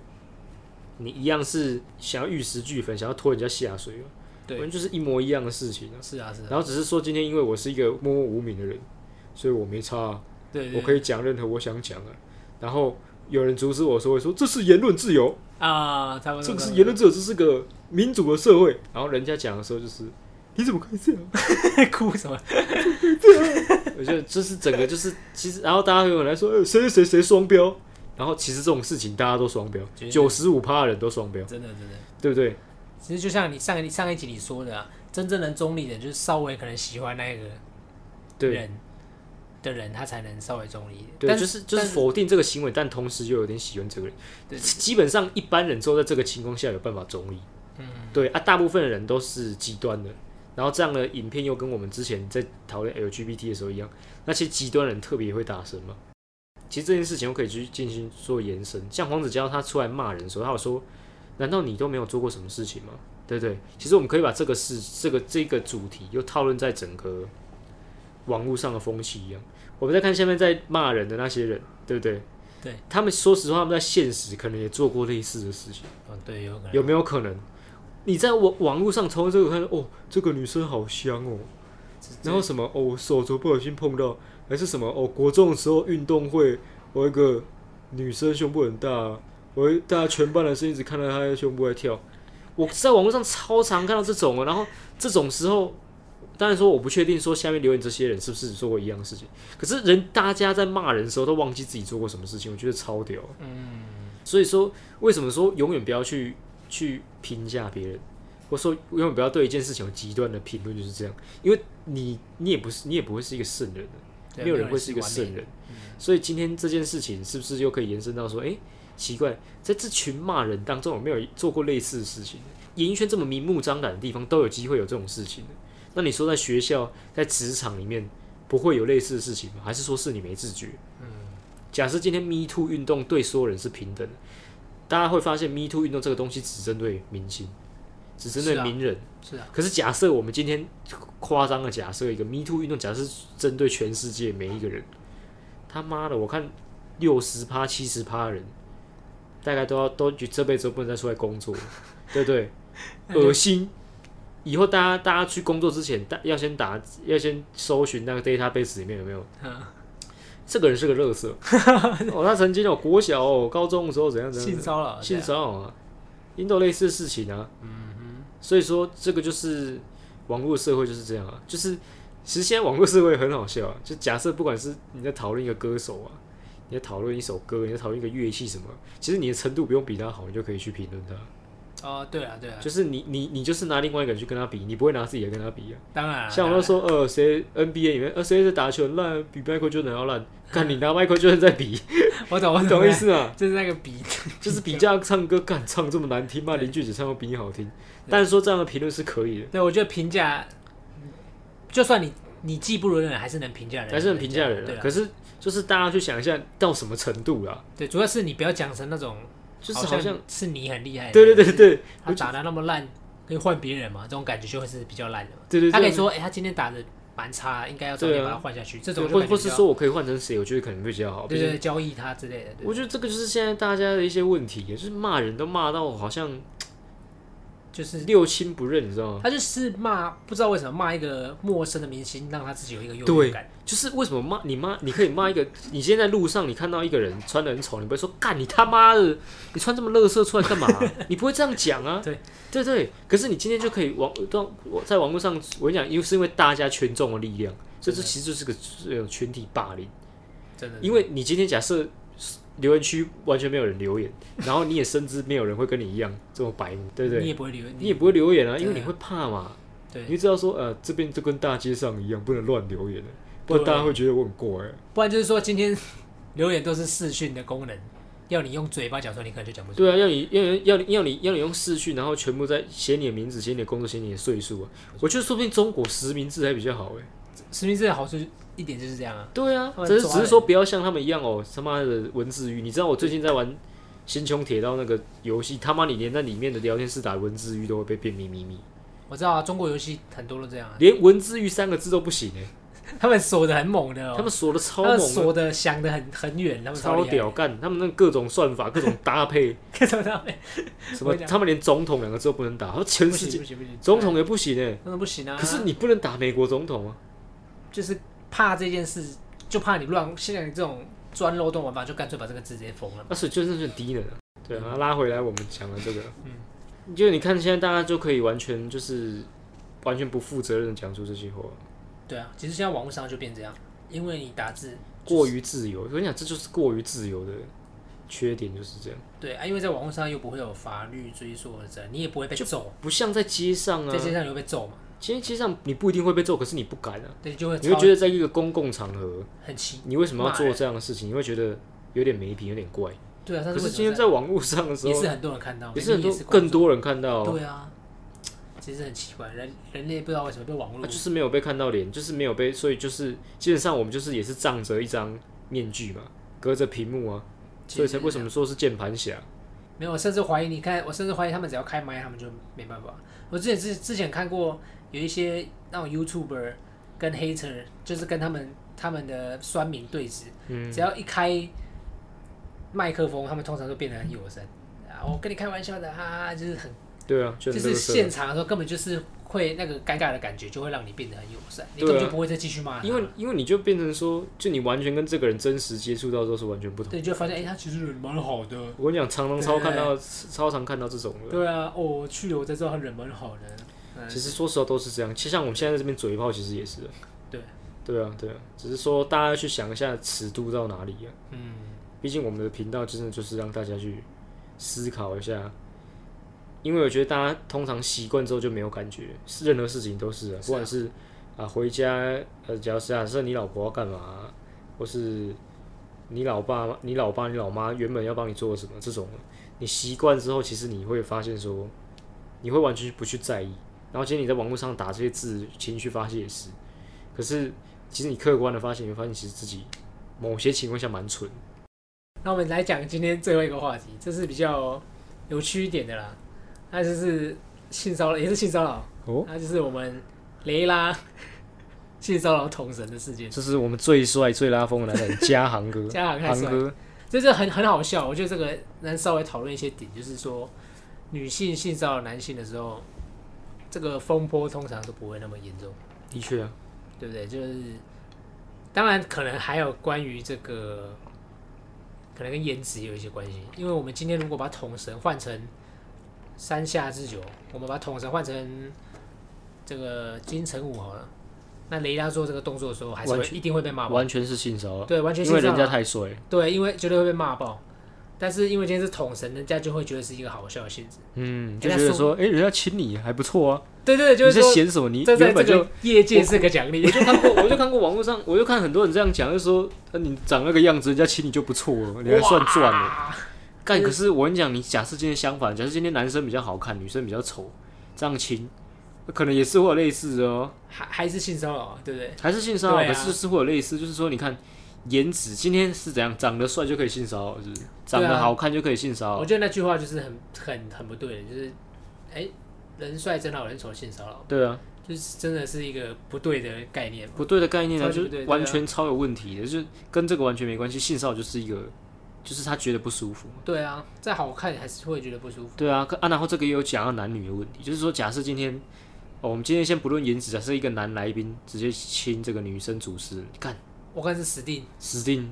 S2: 你一样是想要玉石俱焚，想要拖人家下水嘛，
S1: 对
S2: 完全就是一模一样的事情啊。
S1: 是啊是啊，
S2: 然后只是说今天因为我是一个默默无名的人，所以我没差、啊，
S1: 对对
S2: 我可以讲任何我想讲啊。然后有人阻止我说，我说这是言论自由，
S1: 啊，差不多
S2: 这个
S1: 差
S2: 是
S1: 不
S2: 言论自由，这是个民主的社会。然后人家讲的时候就是。你怎么啊可以这样？
S1: 多 哭什么？
S2: 我觉得就是整个就是，其实然后大家有人来说， 呃谁谁谁谁双标，然后其实这种事情大家都双标
S1: 绝，对
S2: 九十五趴的人都双标，
S1: 真的真的，
S2: 对不对？
S1: 其实就像你上一上一集你说的、啊，真正能中立的，就是稍微可能喜欢那个
S2: 对
S1: 人的人，他才能稍微中立一点。
S2: 对，
S1: 但
S2: 就是就是
S1: 但
S2: 否定这个行为，但同时又有点喜欢这个人。
S1: 对
S2: 基本上一般人只有在这个情况下有办法中立。嗯，对啊，大部分人都是极端的。然后这样的影片又跟我们之前在讨论 LGBT 的时候一样，那些极端人特别会大声嘛。其实这件事情我可以去进行做延伸，像黄子佼他出来骂人的时候，他有说：“难道你都没有做过什么事情吗？”对不对？其实我们可以把这个事、这个这个主题又讨论在整个网络上的风气一样。我们再看下面在骂人的那些人，对不对？
S1: 对，
S2: 他们说实话，他们在现实可能也做过类似的事情，
S1: 嗯对有可能
S2: 有没有可能？你在网网络上从这个看，哦，这个女生好香哦，然后什么哦，我手肘不小心碰到，还是什么哦，国中的时候运动会，我有一个女生胸部很大啊，我一大家全班男生一直看到她的胸部在跳，我在网络上超常看到这种哦，然后这种时候，当然说我不确定说下面留言这些人是不是做过一样的事情，可是人大家在骂人的时候都忘记自己做过什么事情，我觉得超屌。嗯，所以说为什么说永远不要去去评价别人，或说永远不要对一件事情有极端的评论，就是这样，因为你你也不是你也不会是一个圣人啊的，
S1: 对
S2: 没有人会是
S1: 喜
S2: 一个
S1: 欢那
S2: 圣人。所以今天这件事情是不是又可以延伸到说，哎、奇怪，在这群骂人当中有没有做过类似的事情？演艺圈这么明目张胆的地方都有机会有这种事情的，那你说在学校、在职场里面不会有类似的事情吗？还是说是你没自觉？嗯，假设今天 Me Too 运动对所有人是平等的，大家会发现 Me Too 运动这个东西只针对明星，只针
S1: 是
S2: 对
S1: 啊
S2: 名人。
S1: 是啊，
S2: 可是假设我们今天夸张的假设一个 Me Too 运动，假设是针对全世界每一个人，他妈的，我看六十趴、七十趴人，大概都要都这辈子都不能再出来工作了， 对不对？
S1: 那就
S2: 恶心！以后大家大家去工作之前，大要先打要先搜寻那个 database 里面有没有
S1: 嗯
S2: 这个人是个 乐色哦，他曾经有国小、哦、高中的时候怎样怎样怎
S1: 性
S2: 样
S1: 骚扰，
S2: 性骚扰啊，引导类似的事情啊。嗯所以说这个就是网络社会就是这样啊，就是其实现在网络社会很好笑啊，就假设不管是你在讨论一个歌手啊，你在讨论一首歌，你在讨论一个乐器什么，其实你的程度不用比他好，你就可以去评论他。
S1: 哦，对啊对啊，
S2: 就是你你你就是拿另外一个人去跟他比，你不会拿自己来跟他比啊。
S1: 当然啊
S2: 像我都说，呃，谁 NBA 里面，呃，谁的打球很烂，比 Michael Jordan 还要烂， 看你拿 Michael Jordan 在比，
S1: 我懂我
S2: 你
S1: 懂
S2: 懂意，思吗？
S1: 就是那个比，
S2: 就是比较唱歌，敢唱这么难听吗？
S1: 对
S2: 林俊杰唱歌比你好听，但是说这样的评论是可以的，
S1: 对我觉得评价，就算你你技不如人，还是能评价人，
S2: 还是很评价人
S1: 对
S2: 啊。
S1: 啊
S2: 可是就是大家去想一下，到什么程度啦？
S1: 对，主要是你不要讲成那种
S2: 就是好像，
S1: 是你很厉害，
S2: 对对，对对
S1: 他打的那么烂，可以换别人嘛，这种感觉就会是比较烂的嘛。
S2: 对对，
S1: 他可以
S2: 这
S1: 说，
S2: 样
S1: 哎，他今天打的蛮差，应该要早
S2: 对
S1: 点
S2: 啊
S1: 把他换下去，这
S2: 对
S1: 种就
S2: 或
S1: 感觉
S2: 或
S1: 比
S2: 是
S1: 较
S2: 说我可以换成谁，我觉得可能会比较好。
S1: 对
S2: 毕
S1: 对
S2: 竟
S1: 对交易他之类的，对
S2: 我觉得这个就是现在大家的一些问题，就是骂人都骂到好像
S1: 就是
S2: 六亲不认，你知道吗？
S1: 他就是骂，不知道为什么骂一个陌生的明星，让他自己有一个优越
S2: 对
S1: 感。，
S2: 就是为什么骂你骂，你可以骂一个，你今天在路上你看到一个人穿的很丑，你不会说干你他妈的，你穿这么垃圾出来干 嘛、你不会这样讲啊？
S1: 对
S2: 对对，可是你今天就可以网到我在网络上，我跟你讲，因为是因为大家群众的力量，所以
S1: 真
S2: 这
S1: 的
S2: 其实就是个这种群体霸凌。
S1: 真的，
S2: 因为你今天假设留言区完全没有人留言，然后你也深知没有人会跟你一样这么白目，对不
S1: 你
S2: 对？
S1: 也不会留，你
S2: 你也不会留言啊，因为
S1: 对
S2: 你会怕嘛，你
S1: 对，
S2: 会知道说，呃，这边就跟大街上一样，不能乱留言了，不然
S1: 对
S2: 大家会觉得我很怪、欸
S1: 不然就是说今天 留言都是视讯的功能，要你用嘴巴讲出来，你可能就讲不出。
S2: 对啊，要你要你要你要你要你用视讯，然后全部在写你的名字、写你的工作、写你的岁数啊。我觉得说不定中国实名制还比较好哎、
S1: 实名制的好处一点就是这样啊，
S2: 对啊
S1: 他，们
S2: 只是
S1: 抓
S2: 只是
S1: 人
S2: 说不要像他们一样哦，他妈的文字狱。你知道我最近在玩《星穹铁道》那个游戏，他妈你连在里面的聊天室打文字狱都会被变咪咪咪，
S1: 我知道啊，中国游戏很多都这样啊，
S2: 连文字狱三个字都不行哎、
S1: 他们锁的很猛的哦，
S2: 他们锁的超
S1: 他们
S2: 猛
S1: 锁
S2: 的，
S1: 的想的很很远，他们
S2: 超
S1: 厉害
S2: 屌，干，他们那各种算法、各种搭配，
S1: 看到 他们我
S2: 什么
S1: 跟你讲
S2: 他们连总统两个字都不能打，然后全
S1: 不行
S2: 世界
S1: 不行不行，
S2: 总统也不行哎、
S1: 那不行啊，
S2: 可是你不能打美国总统啊。
S1: 就是怕这件事，就怕你乱，现在你这种钻漏洞玩法，就干脆把这个字直接封了嘛。
S2: 那所以就是很低能啊。对
S1: 嗯
S2: 啊，拉回来我们讲的这个，嗯，就你看现在大家就可以完全就是完全不负责任的讲出这些话，
S1: 对啊，其实现在网络上就变这样，因为你打字
S2: 过于自由。我跟你讲，这就是过于自由的缺点，就是这样，
S1: 对啊，因为在网络上又不会有法律追溯的责任，你也不会被揍，
S2: 不像在街上啊
S1: 在，街上你会被揍嘛，
S2: 其实街上你不一定会被揍，可是你不敢啊，
S1: 对，就会
S2: 你会
S1: 超
S2: 觉得在一个公共场合，
S1: 很奇。
S2: 你为什么要
S1: 骂
S2: 做
S1: 人
S2: 这样的事情？你会觉得有点没品，有点怪。
S1: 对啊，但
S2: 可是
S1: 是
S2: 今天
S1: 在
S2: 在网络上的时
S1: 也
S2: 候
S1: 是，很多人看到，
S2: 哦也是很
S1: 明明哦
S2: 多
S1: 也是
S2: 更
S1: 观众
S2: 多人看到啊，
S1: 对啊，其实很奇怪，人人类不知道为什么被网
S2: 啊，
S1: 络
S2: 就是没有被看到脸，就是没有被，所以就是基本上我们就是也是仗着一张面具嘛，隔着屏幕啊，所以才为什么说是键盘侠？
S1: 没有，我甚至怀疑，你看，我甚至怀疑他们只要开麦，他们就没办法。我之前之之前看过有一些那种 YouTuber 跟 Hater，就是跟他们他们的酸民对峙，
S2: 嗯，
S1: 只要一开麦克风，他们通常都变得很友善啊，我跟你开玩笑的，哈、哈，就是很
S2: 对啊，
S1: 就
S2: 很
S1: 是
S2: 垃圾
S1: 现场的时候根本就是会那个尴尬的感觉，就会让你变得很友善，你根本
S2: 对啊
S1: 就不会再继续骂他，
S2: 因为因为你就变成说，就你完全跟这个人真实接触到都是完全不同。
S1: 对，你就会发现哎、他其实人蛮好的，
S2: 我跟你讲，常常超
S1: 对
S2: 看到，超常看到这种的。
S1: 对啊，哦，我去了我才知道他人蛮好的，嗯
S2: 其实说实话都是这样，其实像我们现在在这边嘴炮，其实也是。啊
S1: 对。
S2: 对啊，对啊，只是说大家要去想一下尺度到哪里啊。
S1: 嗯。
S2: 毕竟我们的频道真的就是让大家去思考一下，因为我觉得大家通常习惯之后就没有感觉，是任何事情都是啊，不管是啊回家，呃，假如假设你老婆要干嘛，或是你老爸、你老爸、你老妈原本要帮你做什么这种，你习惯之后，其实你会发现说，你会完全不去在意。然后今天你在网络上打这些字，情绪发泄也是，可是其实你客观的发现，你会发现其实自己某些情况下蛮蠢的。
S1: 那我们来讲今天最后一个话题，这是比较有趣一点的啦。那就是性骚扰，也是性骚扰，
S2: 哦，
S1: 那就是我们雷拉 性骚扰统神的事件。
S2: 这是我们最帅最拉风的男人嘉航 哥，
S1: 嘉航啊太
S2: 航
S1: 帅
S2: 哥，
S1: 这就很很好笑，我觉得这个能稍微讨论一些点，就是说女性性骚扰男性的时候，这个风波通常都不会那么严重，
S2: 的确啊，
S1: 对不对？就是当然可能还有关于这个，可能跟颜值有一些关系，因为我们今天如果把统神换成山下智久，我们把统神换成这个金城武好了，那雷拉做这个动作的时候，还是
S2: 完
S1: 会
S2: 全
S1: 一定会被骂爆，
S2: 完全是性骚扰，
S1: 对，完全
S2: 因为
S1: 性骚
S2: 人家
S1: 扰
S2: 太帅了，
S1: 对，因为绝对会被骂爆。但是因为今天是统神，人家就会觉得是一个好笑的性质。
S2: 嗯，
S1: 人
S2: 就
S1: 家
S2: 觉得说，哎，人家亲你还不错啊，
S1: 对对，就
S2: 你
S1: 是
S2: 在
S1: 说，
S2: 嫌什么？你
S1: 这在这
S2: 原本就
S1: 个业界是个奖励
S2: 我。就看过，我就看过网络上，我就看很多人这样讲，就说，呃你长那个样子，人家亲你就不错了，你还算赚了。
S1: 哇
S2: 干，可是我跟你讲，你假设今天相反，假设今天男生比较好看，女生比较丑，这样亲，可能也是会有类似的哦。
S1: 还还是性骚扰啊，对不对？
S2: 还是性骚扰，
S1: 对啊
S2: 可是就是会有类似，就是说，你看颜值，今天是怎样，长得帅就可以性骚扰，是不是？长得好看就可以性骚
S1: 我
S2: 扰，
S1: 觉得那句话就是很很很不对的，就是哎，人帅真好，人丑性骚扰，
S2: 对啊，
S1: 就是真的是一个不对的概念嘛。
S2: 不对的概念呢，啊
S1: 超级
S2: 就
S1: 不对啊
S2: 是完全超有问题的，就是跟这个完全没关系。性骚扰就是一个就是他觉得不舒服。
S1: 对啊，再好看还是会觉得不舒服。
S2: 对啊，可啊，然后这个也有讲到男女的问题，就是说，假设今天，哦，我们今天先不论颜值，假设一个男来宾直接亲这个女生主持人，干
S1: 我看是死定，
S2: 死定，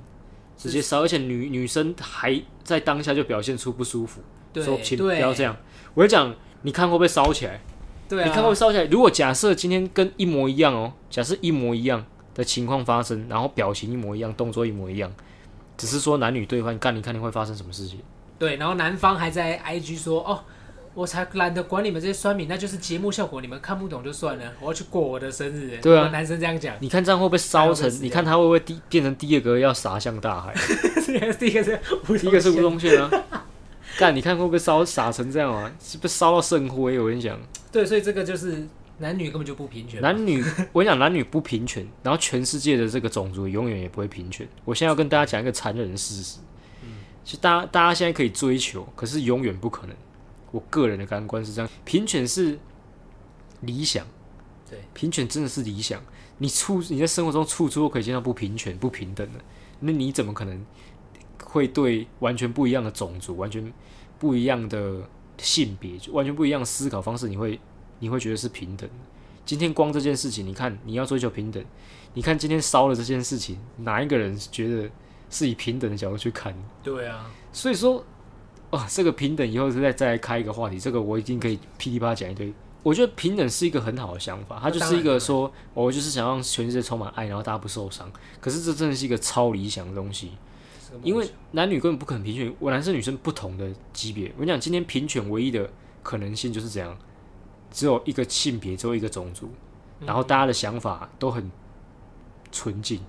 S2: 直接烧，而且女女生还在当下就表现出不舒服，
S1: 对
S2: 说请不
S1: 对
S2: 要这样。我就讲，你看会不会烧起来？
S1: 对
S2: 你看会不
S1: 啊
S2: 会，烧起来？如果假设今天跟一模一样哦，假设一模一样的情况发生，然后表情一模一样，动作一模一样，只是说男女对换，干你看你会发生什么事情？
S1: 对，然后男方还在 IG 说哦。我才懒得管你们这些酸民，那就是节目效果，你们看不懂就算了。我要去过我的生日。
S2: 对啊
S1: 有男生这样讲，
S2: 你看这样会不会烧
S1: 还有
S2: 成
S1: 会死？掉
S2: 你看他会不会第变成第二个要洒向 大海？
S1: 第一个是吴
S2: 第一个是
S1: 宗
S2: 吴
S1: 宪
S2: 宗宪啊，干你看会不会烧洒成这样啊？是不是烧到圣灰？我跟你讲，
S1: 对，所以这个就是男女根本就不平权嘛。
S2: 男女，我跟你讲男女不平权，然后全世界的这个种族永远也不会平权。我现在要跟大家讲一个残忍的事实，其实大家大家现在可以追求，可是永远不可能。我个人的感官是这样，平权是理想，
S1: 对，
S2: 平权真的是理想。你处你在生活中处处都可以见到不平权、不平等的，那你怎么可能会对完全不一样的种族、完全不一样的性别、就完全不一样的思考方式，你会你会觉得是平等的？今天光这件事情，你看你要追求平等，你看今天烧了这件事情，哪一个人觉得是以平等的角度去看？
S1: 对啊，
S2: 所以说，哦，这个平等以后再再开一个话题，这个我一定可以噼里啪啦讲一堆。我觉得平等是一个很好的想法，它就是一个说，哦我就是想让全世界充满爱，然后大家不受伤。可是这真的是一个超理想的东西，
S1: 是个梦
S2: 因为男女根本不可能平权，我男生女生不同的级别。我跟你讲，今天平权唯一的可能性就是这样，只有一个性别，只有一个种族，然后大家的想法都很纯净。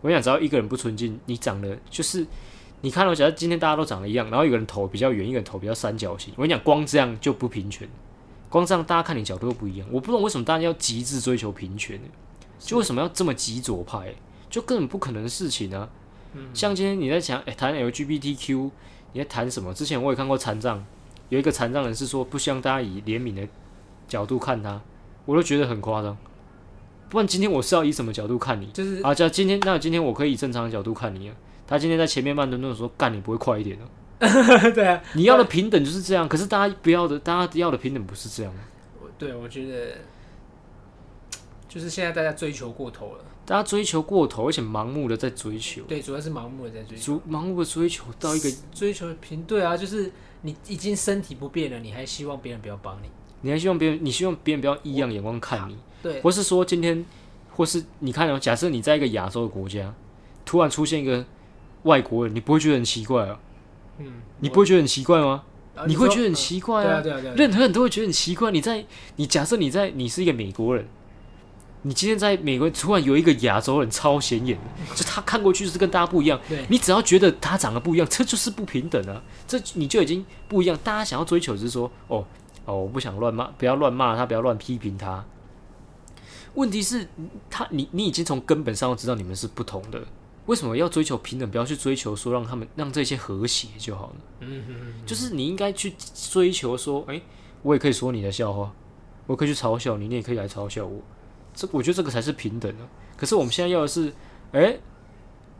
S2: 我跟你讲，只要一个人不纯净，你长得就是你看到、假设今天大家都长得一样，然后有个人头比较圆，一个人头比较三角形，我跟你讲，光这样就不平权，光这样大家看你角度都不一样。我不懂为什么大家要极致追求平权呢？就为什么要这么极左派、就根本不可能的事情啊！像今天你在讲诶谈、LGBTQ，你在谈什么？之前我也看过残障，有一个残障人是说不希望大家以怜悯的角度看他，我都觉得很夸张。不然今天我是要以什么角度看你？
S1: 就是
S2: 啊，这今天那今天我可以以正常的角度看你啊。他今天在前面慢吞吞的说：“干，你不会快一点的、
S1: 对啊，
S2: 你要的平等就是这样，可是大家不要的，大家要的平等不是这样。
S1: 我对我觉得就是现在大家追求过头了，
S2: 大家追求过头，而且盲目的在追求，
S1: 对，主要是盲目的在追求
S2: 逐盲目的追求到一个，
S1: 追求平对啊，就是你已经身体不便了，你还希望别人不要帮你，
S2: 你还希望别人，你希望别人不要异样眼光看你，
S1: 对
S2: 或是说今天，或是你看哦，假设你在一个亚洲的国家，突然出现一个外国人，你不会觉得很奇怪啊？
S1: 嗯，
S2: 你不会觉得很奇怪吗？
S1: 啊
S2: 你会
S1: 说
S2: 觉得很
S1: 嗯
S2: 奇怪
S1: 对啊，对啊，对啊，
S2: 任何人都会觉得很奇怪。你在你假设你在你是一个美国人，你今天在美国突然有一个亚洲人超显眼的，就他看过去就是跟大家不一样。
S1: 对
S2: 你只要觉得他长得不一样，这就是不平等啊！这你就已经不一样。大家想要追求只是说，哦哦，我不想乱骂，不要乱骂他，不要乱批评他。问题是，他你你已经从根本上要知道你们是不同的，为什么要追求平等？不要去追求说让他们让这些和谐就好了。
S1: 嗯嗯嗯，
S2: 就是你应该去追求说，哎、我也可以说你的笑话，我可以去嘲笑你，你也可以来嘲笑我。这我觉得这个才是平等啊。可是我们现在要的是，哎、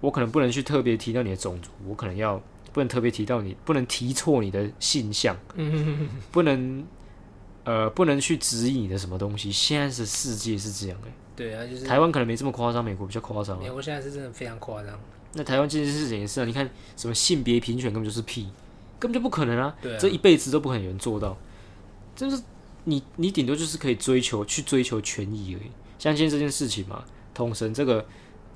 S2: 我可能不能去特别提到你的种族，我可能要不能特别提到你，不能提错你的性向，
S1: 嗯
S2: 不能呃不能去质疑你的什么东西。现在的世界是这样哎、
S1: 对啊，就是
S2: 台湾可能没这么夸张，美国比较夸张啊
S1: 美。国现在是真的非常夸张，
S2: 那台湾这件事情也是啊，你看什么性别平权根本就是屁，根本就不可能啊！
S1: 对啊
S2: 这一辈子都不可能有人做到。就是你，你顶多就是可以追求去追求权益而已。像今天这件事情嘛，统神这个，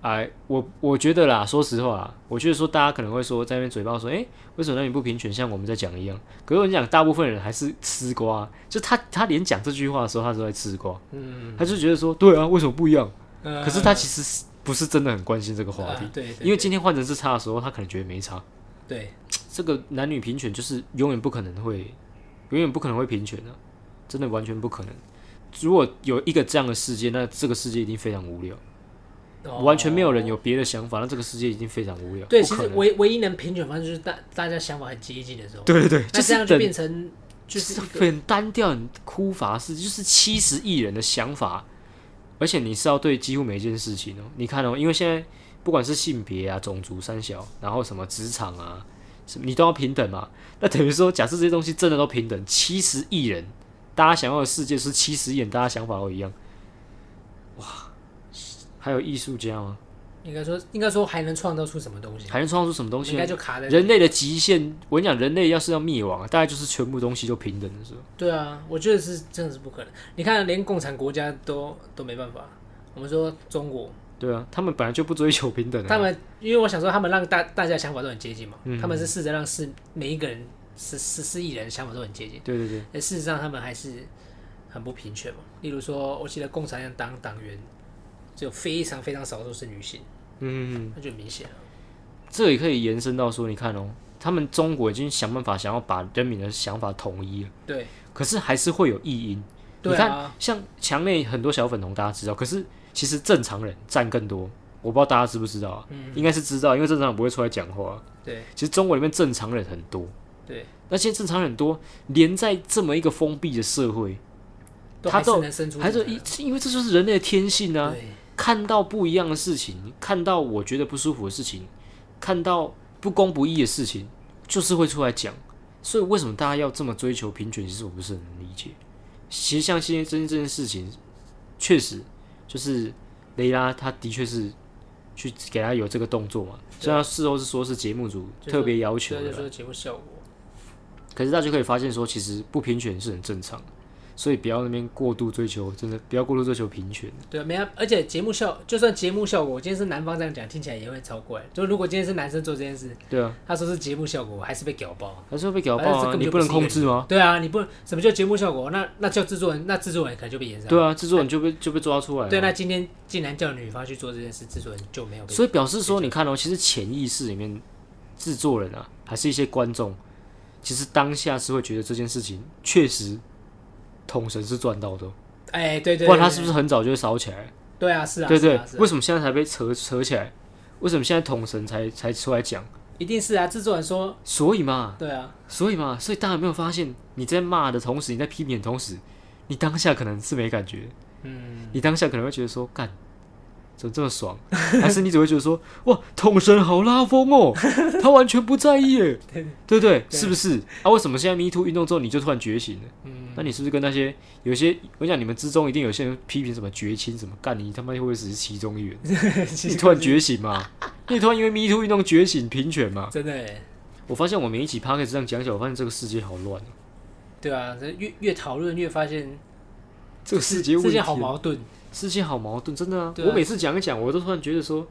S2: 哎，我我觉得啦，说实话啊，我觉得说大家可能会说在那边嘴巴说，哎、为什么男女不平权？像我们在讲一样。可是我跟你讲，大部分人还是吃瓜，就他他连讲这句话的时候，他都在吃瓜，
S1: 嗯，
S2: 他就觉得说，对啊，为什么不一样？可
S1: 可
S2: 是他其实是不是真的很关心这个话题。
S1: 呃啊对，对
S2: 因为今天换成是差的时候，他可能觉得没差。
S1: 对
S2: 这个男女平权就是永远不可能会，永远不可能会平权的、真的完全不可能。如果有一个这样的世界，那这个世界一定非常无聊，完全没有人。
S1: 哦
S2: 有别的想法，那这个世界已经非常无聊。
S1: 对，
S2: 不
S1: 其
S2: 可
S1: 实
S2: 能。
S1: 唯唯一能平权方式就是大大家想法很接近的时候，
S2: 对对对，
S1: 那
S2: 就
S1: 这
S2: 是
S1: 样就
S2: 等
S1: 变成就是一个
S2: 很单调、很枯乏式，就是七十亿人的想法，而且你是要对几乎每一件事情哦。你看哦，因为现在不管是性别啊、种族三小，然后什么职场啊，什么你都要平等嘛。那等于说，假设这些东西真的都平等，七十亿人，大家想要的世界是七十亿人，大家想法都一样。哇，还有艺术家吗？
S1: 应该说应该说还能创造出什么东西？
S2: 还能创造出什么东西
S1: 应
S2: 呢
S1: 该？就卡在
S2: 人类的极限，我跟你讲，人类要是要灭亡啊，大概就是全部东西都平等的时候。
S1: 对啊，我觉得是真的是不可能。你看，连共产国家都都没办法。我们说中国，
S2: 对啊，他们本来就不追求平等、啊。
S1: 他们因为我想说，他们让大大家想法都很接近嘛，
S2: 嗯
S1: 他们是试着让四每一个人十十四亿人想法都很接近，
S2: 对对对，
S1: 但事实上他们还是很不平权嘛。例如说，我记得共产党党党员只有非常非常少数是女性，
S2: 嗯，
S1: 那就很明显了。
S2: 这也可以延伸到说，你看哦，他们中国已经想办法想要把人民的想法统一了，
S1: 对
S2: 可是还是会有异音。
S1: 对
S2: 你看
S1: 啊，，
S2: 像墙内很多小粉红，大家知道，可是其实正常人占更多。我不知道大家知不知道啊，
S1: 嗯
S2: 应该是知道，因为正常人不会出来讲话。啊
S1: 对
S2: 其实中国里面正常人很多，
S1: 对，
S2: 那些正常人多，连在这么一个封闭的社会，
S1: 都
S2: 他
S1: 还是
S2: 都
S1: 能生出
S2: 还是
S1: 这
S2: 一
S1: 种
S2: 因为这就是人类的天性啊。
S1: 对
S2: 看到不一样的事情，看到我觉得不舒服的事情，看到不公不义的事情，就是会出来讲。所以为什么大家要这么追求平权？其实我不是很能理解。其实像现在真这件事情，确实就是雷拉，他的确是去给他有这个动作嘛。
S1: 对
S2: 虽然他事后是说是节目组
S1: 就是
S2: 特别要
S1: 所
S2: 求的
S1: 以
S2: 啦
S1: 就，说节目效果。
S2: 可是大家就可以发现说，其实不平权是很正常的，所以不要那边过度追求，真的不要过度追求平权。
S1: 对，没啊，而且节目效，就算节目效果，今天是男方这样讲，听起来也会超怪。就如果今天是男生做这件事，
S2: 对啊，
S1: 他说是节目效果，还是被屌爆。
S2: 还是会被搞
S1: 反正
S2: 爆
S1: 哎这
S2: 啊，
S1: 根本
S2: 你
S1: 就
S2: 不
S1: 不是
S2: 能
S1: 一个
S2: 控制吗？
S1: 对啊，你不什么叫节目效果？那那叫制作人，那制作人可能就被延上。
S2: 对啊，制作人就被就被抓出来了。
S1: 对，那今天竟然叫女方去做这件事，制作人就没有被。
S2: 所以表示说，你看哦，其实潜意识里面，制作人啊，还是一些观众，其实当下是会觉得这件事情确实统神是赚到的哦，
S1: 哎、对对
S2: 不然他是不
S1: 是？
S2: 是很早就会烧起来？
S1: 对啊，是啊，
S2: 对
S1: 是
S2: 对
S1: 啊，是啊
S2: 为什么现在才被扯扯起来？为什么现在统神才才出来讲？
S1: 一定是啊。制作人说，
S2: 所以嘛，
S1: 对啊，
S2: 所以嘛，所以大家有没有发现，你在骂的同时，你在批评的同时，你当下可能是没感觉，
S1: 嗯，
S2: 你当下可能会觉得说，干，怎么这么爽？ 还是你只会觉得说，哇，桶神好拉风哦，他完全不在意耶，对不对？是不是？啊，为什么现在 Me Too 运动之后你就突然觉醒了？嗯，那你是不是跟那些有些，我想你们之中一定有些人批评什么绝亲什么，干你他妈会不会只是其中一员？
S1: 其
S2: 你
S1: 实
S2: 突然觉醒嘛？ 你突然因为 Me Too 运动觉醒平权嘛？
S1: 真的、欸，
S2: 我发现我每一集 p o d c a s t 这样讲起来，我发现这个世界好乱哦，
S1: 对啊，这越越讨论越发现
S2: 这个世界
S1: 这
S2: 问题
S1: 件好矛盾。
S2: 事情好矛盾，真的啊！
S1: 啊对啊
S2: 我每次讲一讲，我都突然觉得说，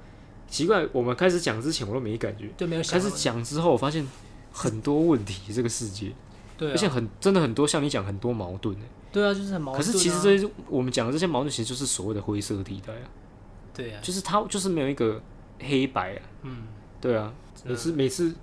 S2: 奇怪，我们开始讲之前我都没感觉，
S1: 就没有
S2: 开
S1: 想
S2: 始
S1: 到，
S2: 讲之后，我发现很多问题，这个世界，
S1: 对
S2: 而且
S1: 啊，
S2: 很真的很多，像你讲很多矛盾、欸
S1: 对啊，就是很矛
S2: 可
S1: 盾、啊。
S2: 是其实这些我们讲的这些矛盾，其实就是所谓的灰色地带啊，
S1: 对啊，
S2: 就是它就是没有一个黑白啊，
S1: 嗯，
S2: 对啊，
S1: 真的
S2: 每次每次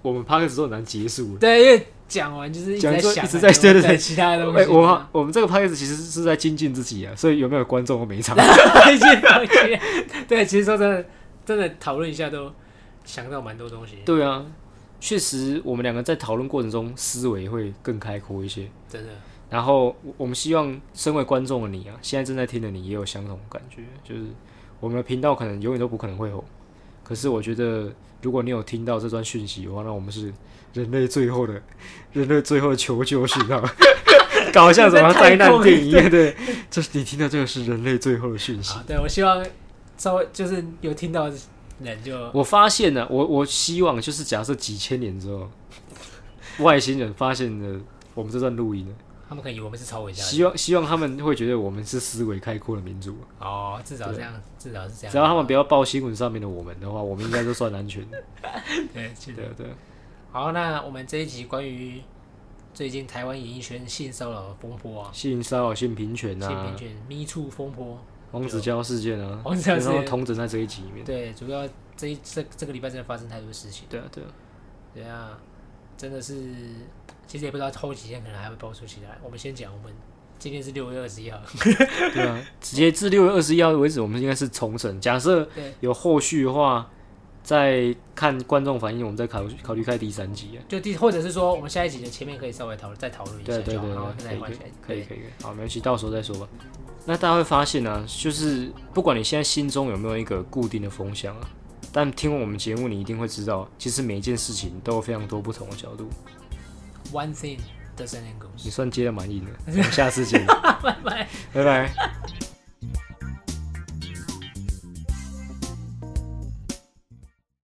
S2: 我们 p a r k 都很难结束了。
S1: 对，因为讲完就是一直在
S2: 讲之后
S1: 想啊，
S2: 一直在对对对
S1: 其他的东西。
S2: 哎、我我们这个 p a r k 其实是在精进自己啊，所以有没有观众我没差。
S1: 一些东西，对，其实说真的，真的讨论一下都想到蛮多东西，
S2: 对啊，确实我们两个在讨论过程中思维会更开阔一些。
S1: 真的。
S2: 然后我我们希望身为观众的你啊，现在正在听的你也有相同的感觉，就是我们的频道可能永远都不可能会红，可是我觉得如果你有听到这段讯息的话，那我们是人类最后的人类最后的求救讯 号，搞得像什么灾难电影一样，对，就是你听到这个是人类最后的 讯息
S1: 好，。对我希望稍微就是有听到的人就
S2: 我发现呢、我我希望就是假设几千年之后， 外星人发现了我们这段录音了，
S1: 他们可能以为我们是超伟大的
S2: 希望希望他们会觉得我们是思维开阔的民族。
S1: 哦，至少这样，至少是这样。
S2: 只要他们不要报新闻上面的我们的话，我们应该都算 安全的。
S1: 对，记
S2: 对
S1: 得。
S2: 啊对啊，
S1: 好，那我们这一集关于最近台湾演艺圈性骚扰风波啊，
S2: 性骚扰、性平权
S1: 性平
S2: 啊，
S1: 权 Me Too 风波，
S2: 黄子佼事件啊，
S1: 黄子佼事件
S2: 然后同整在这一集里面。
S1: 对，主要这一这这个礼拜真的发生太多事情，
S2: 对啊对啊，
S1: 对啊，真的是，其实也不知道后几天可能还会爆出其他。我们先讲，我们今天是六月二十一号，
S2: 对啊，直接至六月二十一号为止，我们应该是重审。假设
S1: 对
S2: 有后续的话，再看观众反应，我们再考虑考虑开第三集啊。
S1: 就第或者是说我们下一集的前面可以稍微讨论再讨论一
S2: 对
S1: 下
S2: 对
S1: 就好，
S2: 对
S1: 然后再
S2: 对，
S1: 换下一集。
S2: 可以可以可以可以，好，没关系，到时候再说吧。那大家会发现呢、啊，就是不管你现在心中有没有一个固定的风向啊，但听我们节目，你一定会知道，其实每一件事情都有非常多不同的角度。
S1: One thing doesn't end goes。
S2: 你算接的蛮硬的，我们下次见，
S1: 拜拜。
S2: 拜拜。